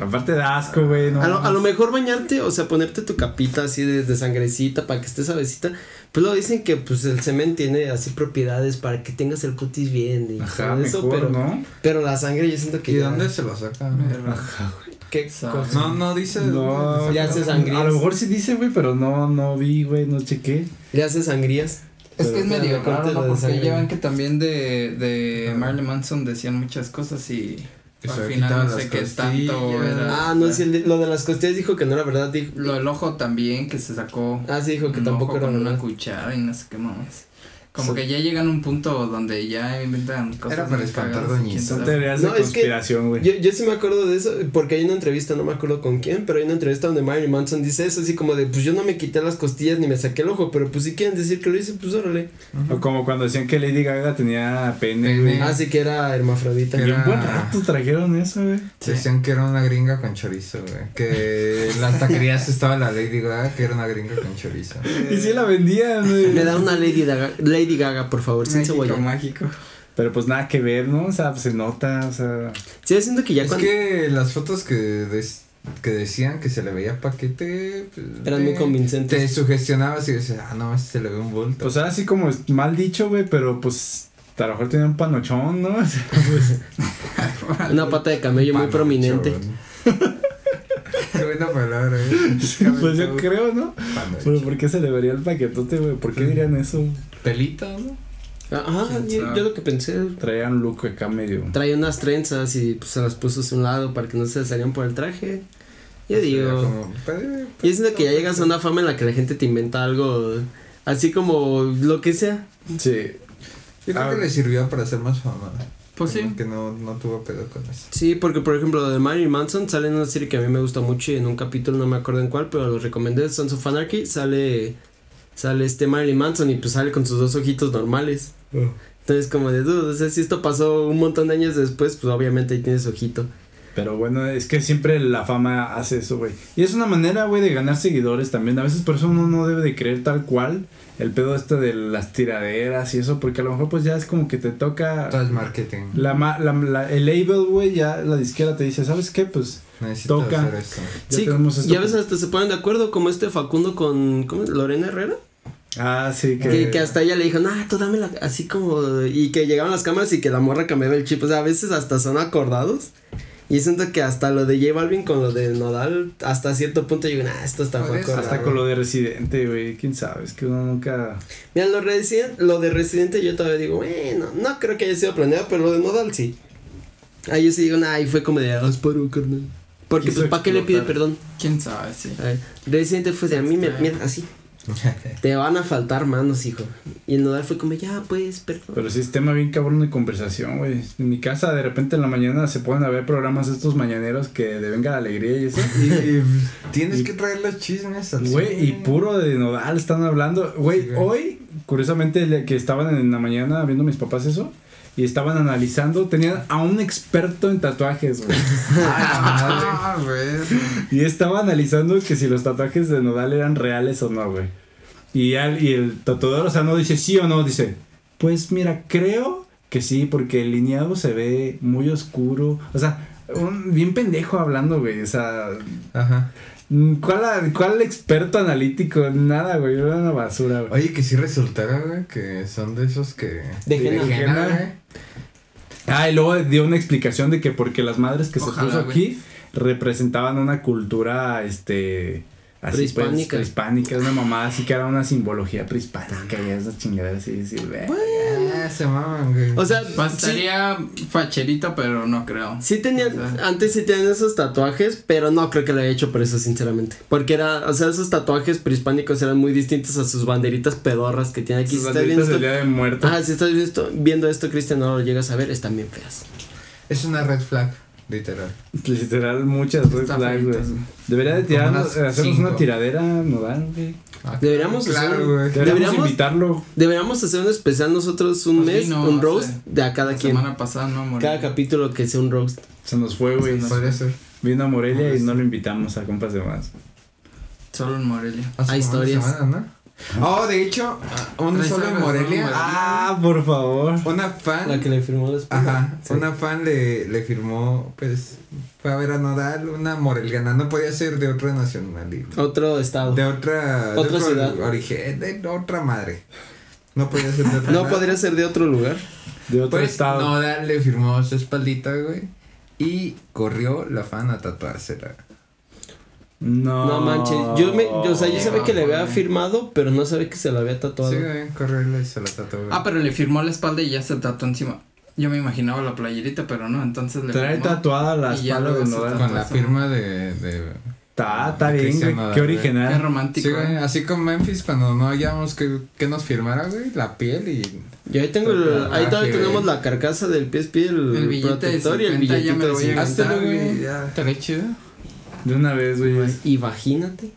Speaker 1: Aparte da asco, güey. No,
Speaker 2: A lo, a lo mejor bañarte, o sea, ponerte tu capita así de, de sangrecita para que estés suavecita. Pues lo dicen que pues el semen tiene así propiedades para que tengas el cutis bien y
Speaker 1: Ajá,
Speaker 2: todo
Speaker 1: mejor,
Speaker 2: eso, pero,
Speaker 1: ¿no?
Speaker 2: pero la sangre yo siento que
Speaker 4: ¿Y
Speaker 2: ya-
Speaker 4: dónde se lo saca?
Speaker 3: Pero-
Speaker 2: ¿Qué
Speaker 3: Sabe.
Speaker 2: cosa?
Speaker 4: No, no dice.
Speaker 1: No,
Speaker 2: Ya se sangrías.
Speaker 1: A lo mejor sí dice, güey, pero no, no vi, güey, no chequé.
Speaker 2: Le hace sangrías.
Speaker 3: Es que
Speaker 2: Pero-
Speaker 3: es medio
Speaker 2: pero corta
Speaker 3: raro,
Speaker 2: la de
Speaker 3: ¿no? Porque
Speaker 2: sangre.
Speaker 3: ya ven que también de, de Marilyn Manson decían muchas cosas y
Speaker 4: Que se
Speaker 3: al
Speaker 4: le
Speaker 3: final no
Speaker 4: quitaban
Speaker 3: sé
Speaker 4: las
Speaker 3: qué tanto
Speaker 4: costillas.
Speaker 3: era.
Speaker 2: Ah, no, si el de- lo de las costillas dijo que no era verdad. Dijo,
Speaker 3: Lo del ojo también que se sacó.
Speaker 2: ah, sí, dijo que
Speaker 3: un
Speaker 2: tampoco
Speaker 3: ojo
Speaker 2: era
Speaker 3: con una
Speaker 2: verdad.
Speaker 3: cuchara y no sé qué mames. Como
Speaker 1: Sí.
Speaker 3: que ya llegan a un punto donde ya inventan cosas.
Speaker 4: Era para
Speaker 3: muy
Speaker 4: espantar
Speaker 3: cagadas,
Speaker 4: doñitas.
Speaker 3: quién
Speaker 1: Son
Speaker 3: sabe.
Speaker 1: teorías
Speaker 2: No,
Speaker 1: de
Speaker 2: es que-
Speaker 1: conspiración, güey.
Speaker 2: Yo, yo sí me acuerdo de eso, porque hay una entrevista, no me acuerdo con quién, pero hay una entrevista donde Marilyn Manson dice eso, así como de, pues yo no me quité las costillas ni me saqué el ojo, pero pues si quieren decir que lo hice, pues órale.
Speaker 1: O como cuando decían que Lady Gaga tenía pene,
Speaker 4: Pene.
Speaker 1: güey.
Speaker 4: Ah,
Speaker 2: Así que era hermafrodita.
Speaker 1: Y
Speaker 4: Era-
Speaker 1: un buen rato trajeron eso, güey.
Speaker 4: Decían que era una gringa con chorizo, güey. Que en las taquerías estaba la Lady Gaga, que era una gringa con chorizo.
Speaker 1: Y sí la vendían, güey.
Speaker 2: Me da una Lady Gaga, Lady Gaga por favor, sin
Speaker 3: México
Speaker 2: cebolla.
Speaker 3: mágico.
Speaker 1: Pero pues nada que ver, ¿no? O sea, pues, se nota, o sea.
Speaker 2: Sí, siento que ya
Speaker 4: Es
Speaker 2: cuando...
Speaker 4: que las fotos que, des- que decían que se le veía paquete. pues,
Speaker 2: Eran muy
Speaker 4: te-
Speaker 2: convincentes.
Speaker 4: Te sugestionabas y decías, ah, no, este se le ve un bulto.
Speaker 1: Pues ahora sí como es mal dicho, güey, pero pues a lo mejor tenía un panochón, ¿no? O sea, pues,
Speaker 2: Una pata de camello muy
Speaker 4: Panochón.
Speaker 2: prominente.
Speaker 4: Qué buena palabra, ¿eh?
Speaker 1: pues yo creo, ¿no?
Speaker 4: Panochón.
Speaker 1: Pero ¿por qué se le vería el paquetote, güey? ¿Por qué dirían eso?
Speaker 4: Pelito, ¿no?
Speaker 2: Ajá,
Speaker 3: ¿Quién
Speaker 2: Ah, yo,
Speaker 3: sabe?
Speaker 2: yo lo que pensé.
Speaker 1: Traía un look acá medio.
Speaker 2: Trae unas trenzas y pues, se las puso hacia un lado para que no se salieran por el traje. Yo digo.
Speaker 4: Como, pues,
Speaker 2: Yo siento que ya llegas a una fama en la que la gente te inventa algo así como lo que sea.
Speaker 1: Sí.
Speaker 4: Yo creo
Speaker 1: Ah.
Speaker 4: que le sirvió para hacer más fama.
Speaker 3: Pues sí.
Speaker 4: Que no, no tuvo pedo con eso.
Speaker 2: Sí, porque por ejemplo lo de Marilyn Manson sale en una serie que a mí me gusta mucho y en un capítulo no me acuerdo en cuál, pero lo recomendé, Sons of Anarchy, sale, sale este Marilyn Manson y pues sale con sus dos ojitos normales.
Speaker 1: Ah.
Speaker 2: Entonces como de duda, o sea, si esto pasó un montón de años después, pues obviamente ahí tienes ojito.
Speaker 1: Pero bueno, es que siempre la fama hace eso, güey. Y es una manera, güey, de ganar seguidores también. A veces por eso uno no debe de creer tal cual el pedo este de las tiraderas y eso, porque a lo mejor pues ya es como que te toca...
Speaker 4: Todo es marketing.
Speaker 1: La, ma- la- la- el label, güey, ya la disquera te dice, ¿sabes qué? Pues
Speaker 4: Necesito
Speaker 1: Toca.
Speaker 4: hacer esto.
Speaker 1: ya
Speaker 2: sí,
Speaker 1: tenemos esto.
Speaker 2: y a veces hasta se ponen de acuerdo como este Facundo con ¿cómo es? Lorena Herrera.
Speaker 1: Ah, sí, que...
Speaker 2: Que, que hasta ella le dijo, no, tú dámela así como... Y que llegaban las cámaras y que la morra cambiaba el chip. O sea, a veces hasta son acordados. Y siento que hasta lo de J Balvin con lo de Nodal, hasta cierto punto yo digo, nah, esto está fue
Speaker 4: Por eso,
Speaker 2: acordado".
Speaker 1: Hasta con lo de Residente, güey, quién sabe, es que uno nunca...
Speaker 2: Mira, lo, Resident- lo de Residente yo todavía digo, bueno, no creo que haya sido planeado, pero lo de Nodal sí. Ahí yo sí digo, nah, y fue como de, haz paro, carnal. Porque,
Speaker 1: Quiso
Speaker 2: pues, ¿para qué le pide
Speaker 1: explotar.
Speaker 2: perdón?
Speaker 3: ¿Quién sabe? Sí.
Speaker 2: A ver, Residente fue de, a mí me, mira, así. Te van a faltar manos, hijo. Y el Nodal fue como, ya, pues, perdón.
Speaker 1: Pero sí, es tema bien cabrón de conversación, güey. En mi casa, de repente en la mañana se pueden ver programas estos mañaneros que de venga la alegría y eso.
Speaker 4: Y, y tienes
Speaker 1: Y-
Speaker 4: que traer los chismes al
Speaker 1: Güey, y
Speaker 4: cine.
Speaker 1: puro de nodal están hablando. Güey,
Speaker 4: Sí, güey.
Speaker 1: hoy, curiosamente, le- que estaban en la mañana viendo mis papás eso. Y estaban analizando, tenían a un experto en tatuajes, güey.
Speaker 3: Ah, güey.
Speaker 1: Y estaba analizando que si los tatuajes de Nodal eran reales o no, güey. Y, al- y el tatuador, o sea, no dice sí o no, dice, pues mira, creo que sí, porque el lineado se ve muy oscuro. O sea, un, bien pendejo hablando, güey. O sea,
Speaker 4: Ajá.
Speaker 1: mm, ¿cuál, a- cuál experto analítico? Nada, güey, era una basura, güey.
Speaker 4: Oye, que sí resultara, güey, que son de esos que.
Speaker 2: De
Speaker 4: que
Speaker 2: Jena.
Speaker 4: Jena, güey.
Speaker 1: Ah, y luego dio una explicación de que porque las madres que
Speaker 3: Ojalá,
Speaker 1: se puso
Speaker 3: güey.
Speaker 1: aquí representaban una cultura, este... Así pues,
Speaker 2: Prehispánica.
Speaker 1: prehispánica, una mamá así que era una simbología prehispánica y esas chingaderas así decir, "Ve".
Speaker 4: Ah, se maman, güey.
Speaker 2: O sea, sí,
Speaker 3: Bastaría facherito, pero no creo.
Speaker 2: sí tenían,
Speaker 3: O
Speaker 2: antes sí tenían esos tatuajes, pero no creo que lo haya hecho por eso, sinceramente. Porque era, o sea, esos tatuajes prehispánicos eran muy distintos a sus banderitas pedorras que tiene aquí.
Speaker 1: Sus
Speaker 2: Si estás viendo
Speaker 1: banderitas del
Speaker 2: esto,
Speaker 1: día de muerto.
Speaker 2: ah, si estás viendo esto, viendo esto, Cristian, no lo llegas a ver, están bien feas.
Speaker 4: Es una red flag, literal.
Speaker 1: Literal, muchas red
Speaker 3: Está
Speaker 1: flags,
Speaker 3: feitas,
Speaker 1: güey.
Speaker 3: güey.
Speaker 1: Debería de tirarnos,
Speaker 4: unas
Speaker 1: hacernos una
Speaker 4: cinco.
Speaker 1: tiradera nodal, güey.
Speaker 4: Ah,
Speaker 2: Deberíamos hacer-
Speaker 4: Claro, güey.
Speaker 1: Deberíamos,
Speaker 2: Deberíamos-
Speaker 1: invitarlo.
Speaker 2: Deberíamos hacer un especial nosotros un
Speaker 3: Pues
Speaker 2: mes,
Speaker 3: sí, no,
Speaker 2: un
Speaker 3: o
Speaker 2: roast
Speaker 3: sea,
Speaker 2: de a cada
Speaker 3: La
Speaker 2: quien.
Speaker 3: semana pasada no morí.
Speaker 2: Cada capítulo que sea un roast.
Speaker 1: Se nos fue, güey.
Speaker 4: Podría ser.
Speaker 1: Vino a Morelia y no lo invitamos a compas de más.
Speaker 3: Solo en Morelia.
Speaker 4: Hace
Speaker 2: Hay
Speaker 4: como una
Speaker 2: historias.
Speaker 4: semana, ¿no? Oh, de hecho, uno
Speaker 3: Ah, Tres
Speaker 4: solo en
Speaker 3: horas,
Speaker 4: Morelia.
Speaker 3: ¿no?
Speaker 1: Ah, por favor.
Speaker 4: Una fan.
Speaker 2: La que le firmó después.
Speaker 4: Ah. Ajá,
Speaker 2: Sí.
Speaker 4: una fan le, le firmó, pues, fue a ver a Nodal, una morelgana, no podía ser de otra nacionalidad,
Speaker 2: Otro estado.
Speaker 4: de otra, de
Speaker 2: Otra
Speaker 4: otro
Speaker 2: ciudad.
Speaker 4: origen, de otra madre, no podía ser de otra
Speaker 2: No
Speaker 4: madre.
Speaker 2: podría ser de otro lugar.
Speaker 1: De otro
Speaker 4: Pues
Speaker 1: estado.
Speaker 4: Nodal le firmó su espaldita, güey, y corrió la fan a tatuársela.
Speaker 1: No.
Speaker 2: No manches, yo me, yo, o sea, yo sabía que le había
Speaker 3: güey.
Speaker 2: firmado, pero no sabía que se lo había tatuado.
Speaker 4: Sí, güey, corrió y se la tatuó, güey.
Speaker 3: Ah, pero le firmó la espalda y ya se tatuó encima. Yo me imaginaba la playerita, pero no, entonces le
Speaker 1: Trae
Speaker 3: firmó.
Speaker 1: tatuada la
Speaker 3: Y ya
Speaker 1: espalda
Speaker 3: luego
Speaker 1: de
Speaker 3: se
Speaker 1: Nodal.
Speaker 4: Con la firma de... de
Speaker 1: Está, está bien,
Speaker 4: Ah, Cristian
Speaker 1: güey.
Speaker 4: Nodal,
Speaker 1: Qué
Speaker 4: güey.
Speaker 3: Qué
Speaker 1: original.
Speaker 3: romántico.
Speaker 4: sí, güey,
Speaker 3: eh.
Speaker 4: así con Memphis, cuando no hayamos que, que nos firmara, güey, la piel y...
Speaker 2: Y ahí tengo, el-
Speaker 4: Ah,
Speaker 2: ahí todavía
Speaker 4: qué
Speaker 2: tenemos
Speaker 4: bien.
Speaker 2: la carcasa del PSP, el,
Speaker 3: El billete de
Speaker 2: protector y el
Speaker 3: 50 ya
Speaker 2: billetito
Speaker 3: me lo
Speaker 2: de
Speaker 3: voy a
Speaker 2: 50.
Speaker 3: gastar.
Speaker 4: Háztelo,
Speaker 3: güey,
Speaker 4: güey.
Speaker 3: ya.
Speaker 4: Estaría chido.
Speaker 1: De una vez, güey.
Speaker 2: Imagínate.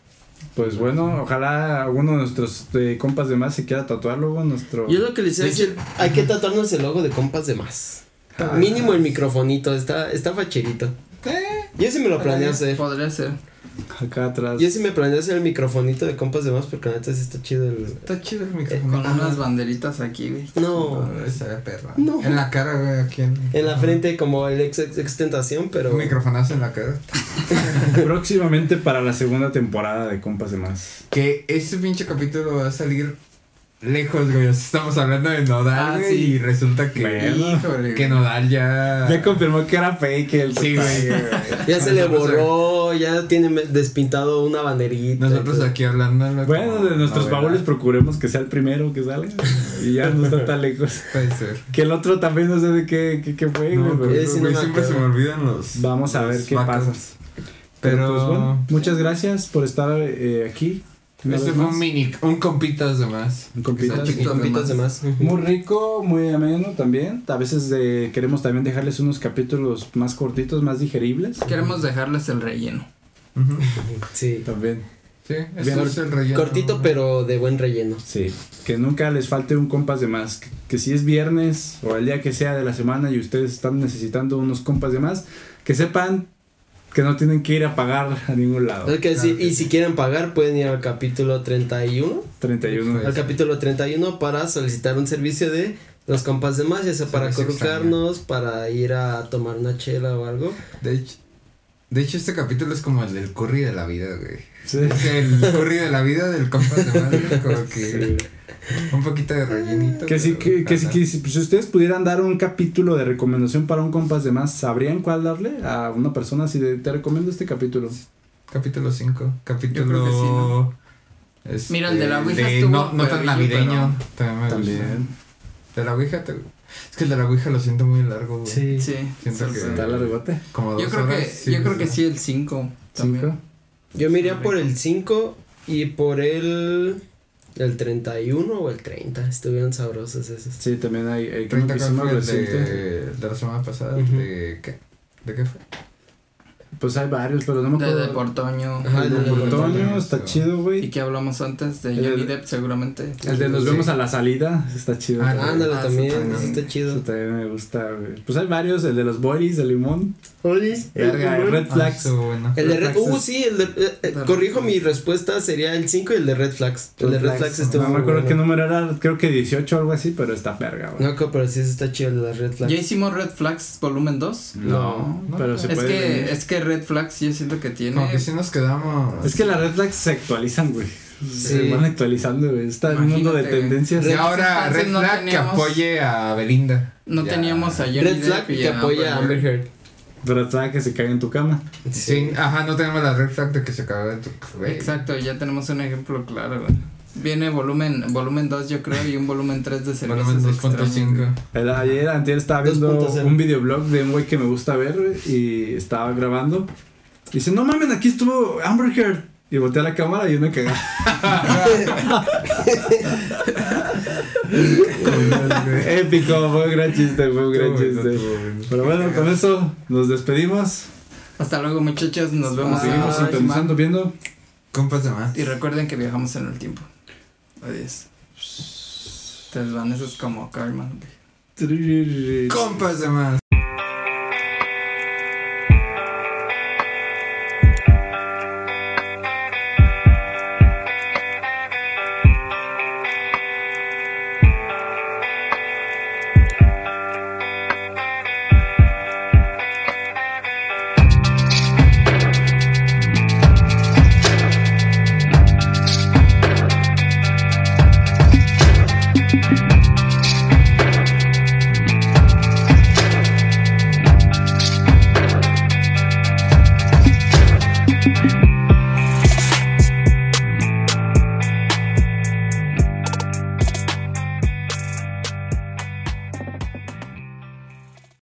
Speaker 1: Pues bueno, ojalá alguno de nuestros eh, compas de más se quiera tatuar luego nuestro.
Speaker 2: Yo lo que les
Speaker 3: De Ah,
Speaker 2: decía es que hay que tatuarnos el logo de compas de más. Mínimo el microfonito, está, está facherito. Yo sí me lo planeo hacer.
Speaker 3: Podría ser.
Speaker 1: Acá atrás.
Speaker 2: Yo sí me planeo hacer el microfonito de compas de más porque la neta sí está chido el.
Speaker 4: Está chido el
Speaker 3: Con
Speaker 4: micrófono. Ah,
Speaker 3: unas banderitas aquí, güey.
Speaker 2: No.
Speaker 4: Esa era perra.
Speaker 2: No.
Speaker 4: En la cara, güey, aquí. En,
Speaker 2: En la frente como el ex, ex- extentación, pero.
Speaker 4: Un microfonazo en la cara.
Speaker 1: Próximamente para la segunda temporada de Compas de Más.
Speaker 4: Que ese pinche capítulo va a salir lejos, güey. O sea, estamos hablando de Nodal,
Speaker 3: Ah,
Speaker 4: güey,
Speaker 3: sí.
Speaker 4: y resulta que,
Speaker 3: Híjole.
Speaker 4: que Nodal ya...
Speaker 1: Ya confirmó que era fake el
Speaker 4: Ah. Sí, güey.
Speaker 2: Ya se le
Speaker 4: Nosotros-
Speaker 2: borró, ya tiene me- despintado una banderita.
Speaker 4: Nosotros aquí hablando...
Speaker 1: Bueno, de nuestros
Speaker 4: favores
Speaker 1: baúles procuremos que sea el primero que salga. Y ya no está tan lejos.
Speaker 4: ah, Puede ser.
Speaker 1: Que el otro también no sé de qué, qué, qué fue,
Speaker 4: No,
Speaker 1: güey, pero-
Speaker 4: güey,
Speaker 2: ese no me
Speaker 4: siempre se me
Speaker 2: acuerdo.
Speaker 4: olvidan los...
Speaker 1: Vamos a ver
Speaker 4: los
Speaker 1: qué
Speaker 4: backups.
Speaker 1: pasa.
Speaker 4: Pero,
Speaker 1: Pero, pues bueno, muchas gracias por estar eh, aquí. una
Speaker 4: Este
Speaker 1: vez
Speaker 4: fue
Speaker 1: más.
Speaker 4: un mini, un compitas de más.
Speaker 1: Un compita.
Speaker 4: Que sea chiquito.
Speaker 2: Compitas de más.
Speaker 1: Muy rico, muy ameno también. A veces eh, queremos también dejarles unos capítulos más cortitos, más digeribles.
Speaker 3: Queremos dejarles el relleno.
Speaker 4: Ujú.
Speaker 2: Sí.
Speaker 1: También.
Speaker 4: Sí,
Speaker 1: Bien.
Speaker 4: esto es el relleno.
Speaker 2: Cortito pero de buen relleno.
Speaker 1: Sí, que nunca les falte un compas de más. Que, que si es viernes o el día que sea de la semana y ustedes están necesitando unos compas de más, que sepan que no tienen que ir a pagar a ningún lado.
Speaker 2: Hay que decir, y si quieren pagar pueden ir al capítulo 31.
Speaker 1: 31.
Speaker 2: Al capítulo 31 para solicitar un servicio de los compas de más, ya sea para
Speaker 4: Servicio
Speaker 2: corrucarnos, para ir a tomar una chela o algo.
Speaker 4: De hecho, de hecho, este capítulo es como el del curry de la vida, güey.
Speaker 1: Sí.
Speaker 4: Es el curry de la vida del compas de madre, como que un poquito de rellenito.
Speaker 1: Que si,
Speaker 4: pero
Speaker 1: que, que si,
Speaker 4: nada.
Speaker 1: que si- pues, si ustedes pudieran dar un capítulo de recomendación para un compas de más, ¿sabrían cuál darle a una persona si de- te recomiendo este capítulo?
Speaker 4: Capítulo 5, capítulo...
Speaker 3: Yo creo que sí, ¿no?
Speaker 4: este,
Speaker 3: Mira, el de la Ouija
Speaker 4: de
Speaker 3: estuvo
Speaker 4: No, no tan
Speaker 3: perrillo,
Speaker 4: navideño. También me
Speaker 1: También.
Speaker 4: gusta. De la Ouija, te- es que el de la Ouija lo siento muy largo, güey.
Speaker 3: Sí.
Speaker 4: Siento
Speaker 3: sí,
Speaker 4: que-
Speaker 3: sí.
Speaker 1: ¿Está largote?
Speaker 4: Como dos
Speaker 3: Yo creo que,
Speaker 4: horas, sí,
Speaker 3: yo creo
Speaker 4: sí.
Speaker 3: que sí el 5
Speaker 1: ¿Cinco?
Speaker 3: también.
Speaker 2: Yo me iría por el 5 y por el el 31 o el 30. Estuvieron sabrosos esos.
Speaker 1: Sí, también hay, hay que
Speaker 4: 30
Speaker 1: que
Speaker 4: cuál
Speaker 1: hicimos
Speaker 4: fue el
Speaker 1: reciente.
Speaker 4: de, de la semana pasada,
Speaker 2: Ujú.
Speaker 4: de qué? ¿De qué fue?
Speaker 1: Pues hay varios, pero no me
Speaker 3: De,
Speaker 1: acuerdo.
Speaker 3: de Portoño.
Speaker 2: Ajá,
Speaker 1: el de
Speaker 2: el de
Speaker 1: Portoño
Speaker 4: Portoño,
Speaker 1: está
Speaker 4: sí.
Speaker 1: chido,
Speaker 3: Y
Speaker 1: güey.
Speaker 3: que hablamos antes de
Speaker 1: El-
Speaker 3: Johnny Depp seguramente.
Speaker 1: El de nos
Speaker 4: Sí.
Speaker 1: vemos a la salida está chido.
Speaker 4: Ah,
Speaker 1: también.
Speaker 2: Ándale
Speaker 3: Ah, sí,
Speaker 2: también,
Speaker 4: también.
Speaker 2: eso está
Speaker 1: Eso
Speaker 2: chido.
Speaker 1: también me gusta, güey. Pues hay varios, el de los boilies, de limón. Verga, el Red
Speaker 4: Ah,
Speaker 1: Flags.
Speaker 4: estuvo bueno.
Speaker 3: Eh,
Speaker 2: El de Red
Speaker 1: Flags
Speaker 2: Uh,
Speaker 1: es-
Speaker 2: sí, el de eh, eh,
Speaker 3: Red
Speaker 2: corrijo
Speaker 3: Flags.
Speaker 2: mi respuesta sería el 5 y el de Red Flags. El de Red Flags estuvo
Speaker 1: No me
Speaker 2: muy
Speaker 1: acuerdo qué
Speaker 2: bueno.
Speaker 1: número era, creo que 18 o algo así, pero está verga, güey.
Speaker 2: No, co- pero sí eso está chido el de Red
Speaker 3: Ya
Speaker 2: Flags.
Speaker 3: hicimos Red Flags volumen 2.
Speaker 1: No,
Speaker 4: No,
Speaker 1: pero
Speaker 4: no.
Speaker 1: se
Speaker 3: Es
Speaker 1: puede. venir.
Speaker 3: que, es que Red Flags yo siento que tiene.
Speaker 4: Como que sí nos quedamos.
Speaker 1: Es que las red flags se actualizan, güey. Se van actualizando, güey. Está en un mundo de
Speaker 3: Imagínate.
Speaker 1: tendencias.
Speaker 4: Y ahora
Speaker 3: Entonces,
Speaker 4: Red
Speaker 3: no
Speaker 4: Flag que
Speaker 3: teníamos-
Speaker 4: apoye a Belinda.
Speaker 3: No
Speaker 4: Ya.
Speaker 3: teníamos a Johnny
Speaker 2: Red
Speaker 3: Depp
Speaker 2: Flag
Speaker 3: y
Speaker 2: que
Speaker 3: a
Speaker 2: apoya a
Speaker 3: Amber
Speaker 2: Amber
Speaker 3: Heard.
Speaker 2: Heard.
Speaker 1: Pero está que se caiga en tu cama.
Speaker 4: Sí, ajá, no tenemos la Red Flag de que se acaba de tu. güey.
Speaker 3: Exacto, ya tenemos un ejemplo claro. güey. Viene volumen volumen 2 yo creo y un volumen 3 de servicios
Speaker 4: Volumen
Speaker 3: extraños.
Speaker 4: 2.5.
Speaker 1: El- ayer, antier estaba viendo
Speaker 2: 2.0.
Speaker 1: un videoblog de un güey que me gusta ver, güey. Y estaba grabando. Y dice, no mames, aquí estuvo Amber Heard. Y volteé a la cámara y yo me cagué. Épico, fue un gran chiste, fue un gran chiste. Pero bueno, con eso nos despedimos.
Speaker 3: Hasta luego muchachos, nos vemos. en
Speaker 1: Seguimos
Speaker 3: la próxima.
Speaker 1: sintonizando, viendo.
Speaker 4: Compas de más.
Speaker 3: Y recuerden que viajamos en el tiempo. Adiós. Te desvaneces como Carmen.
Speaker 4: Compas de más.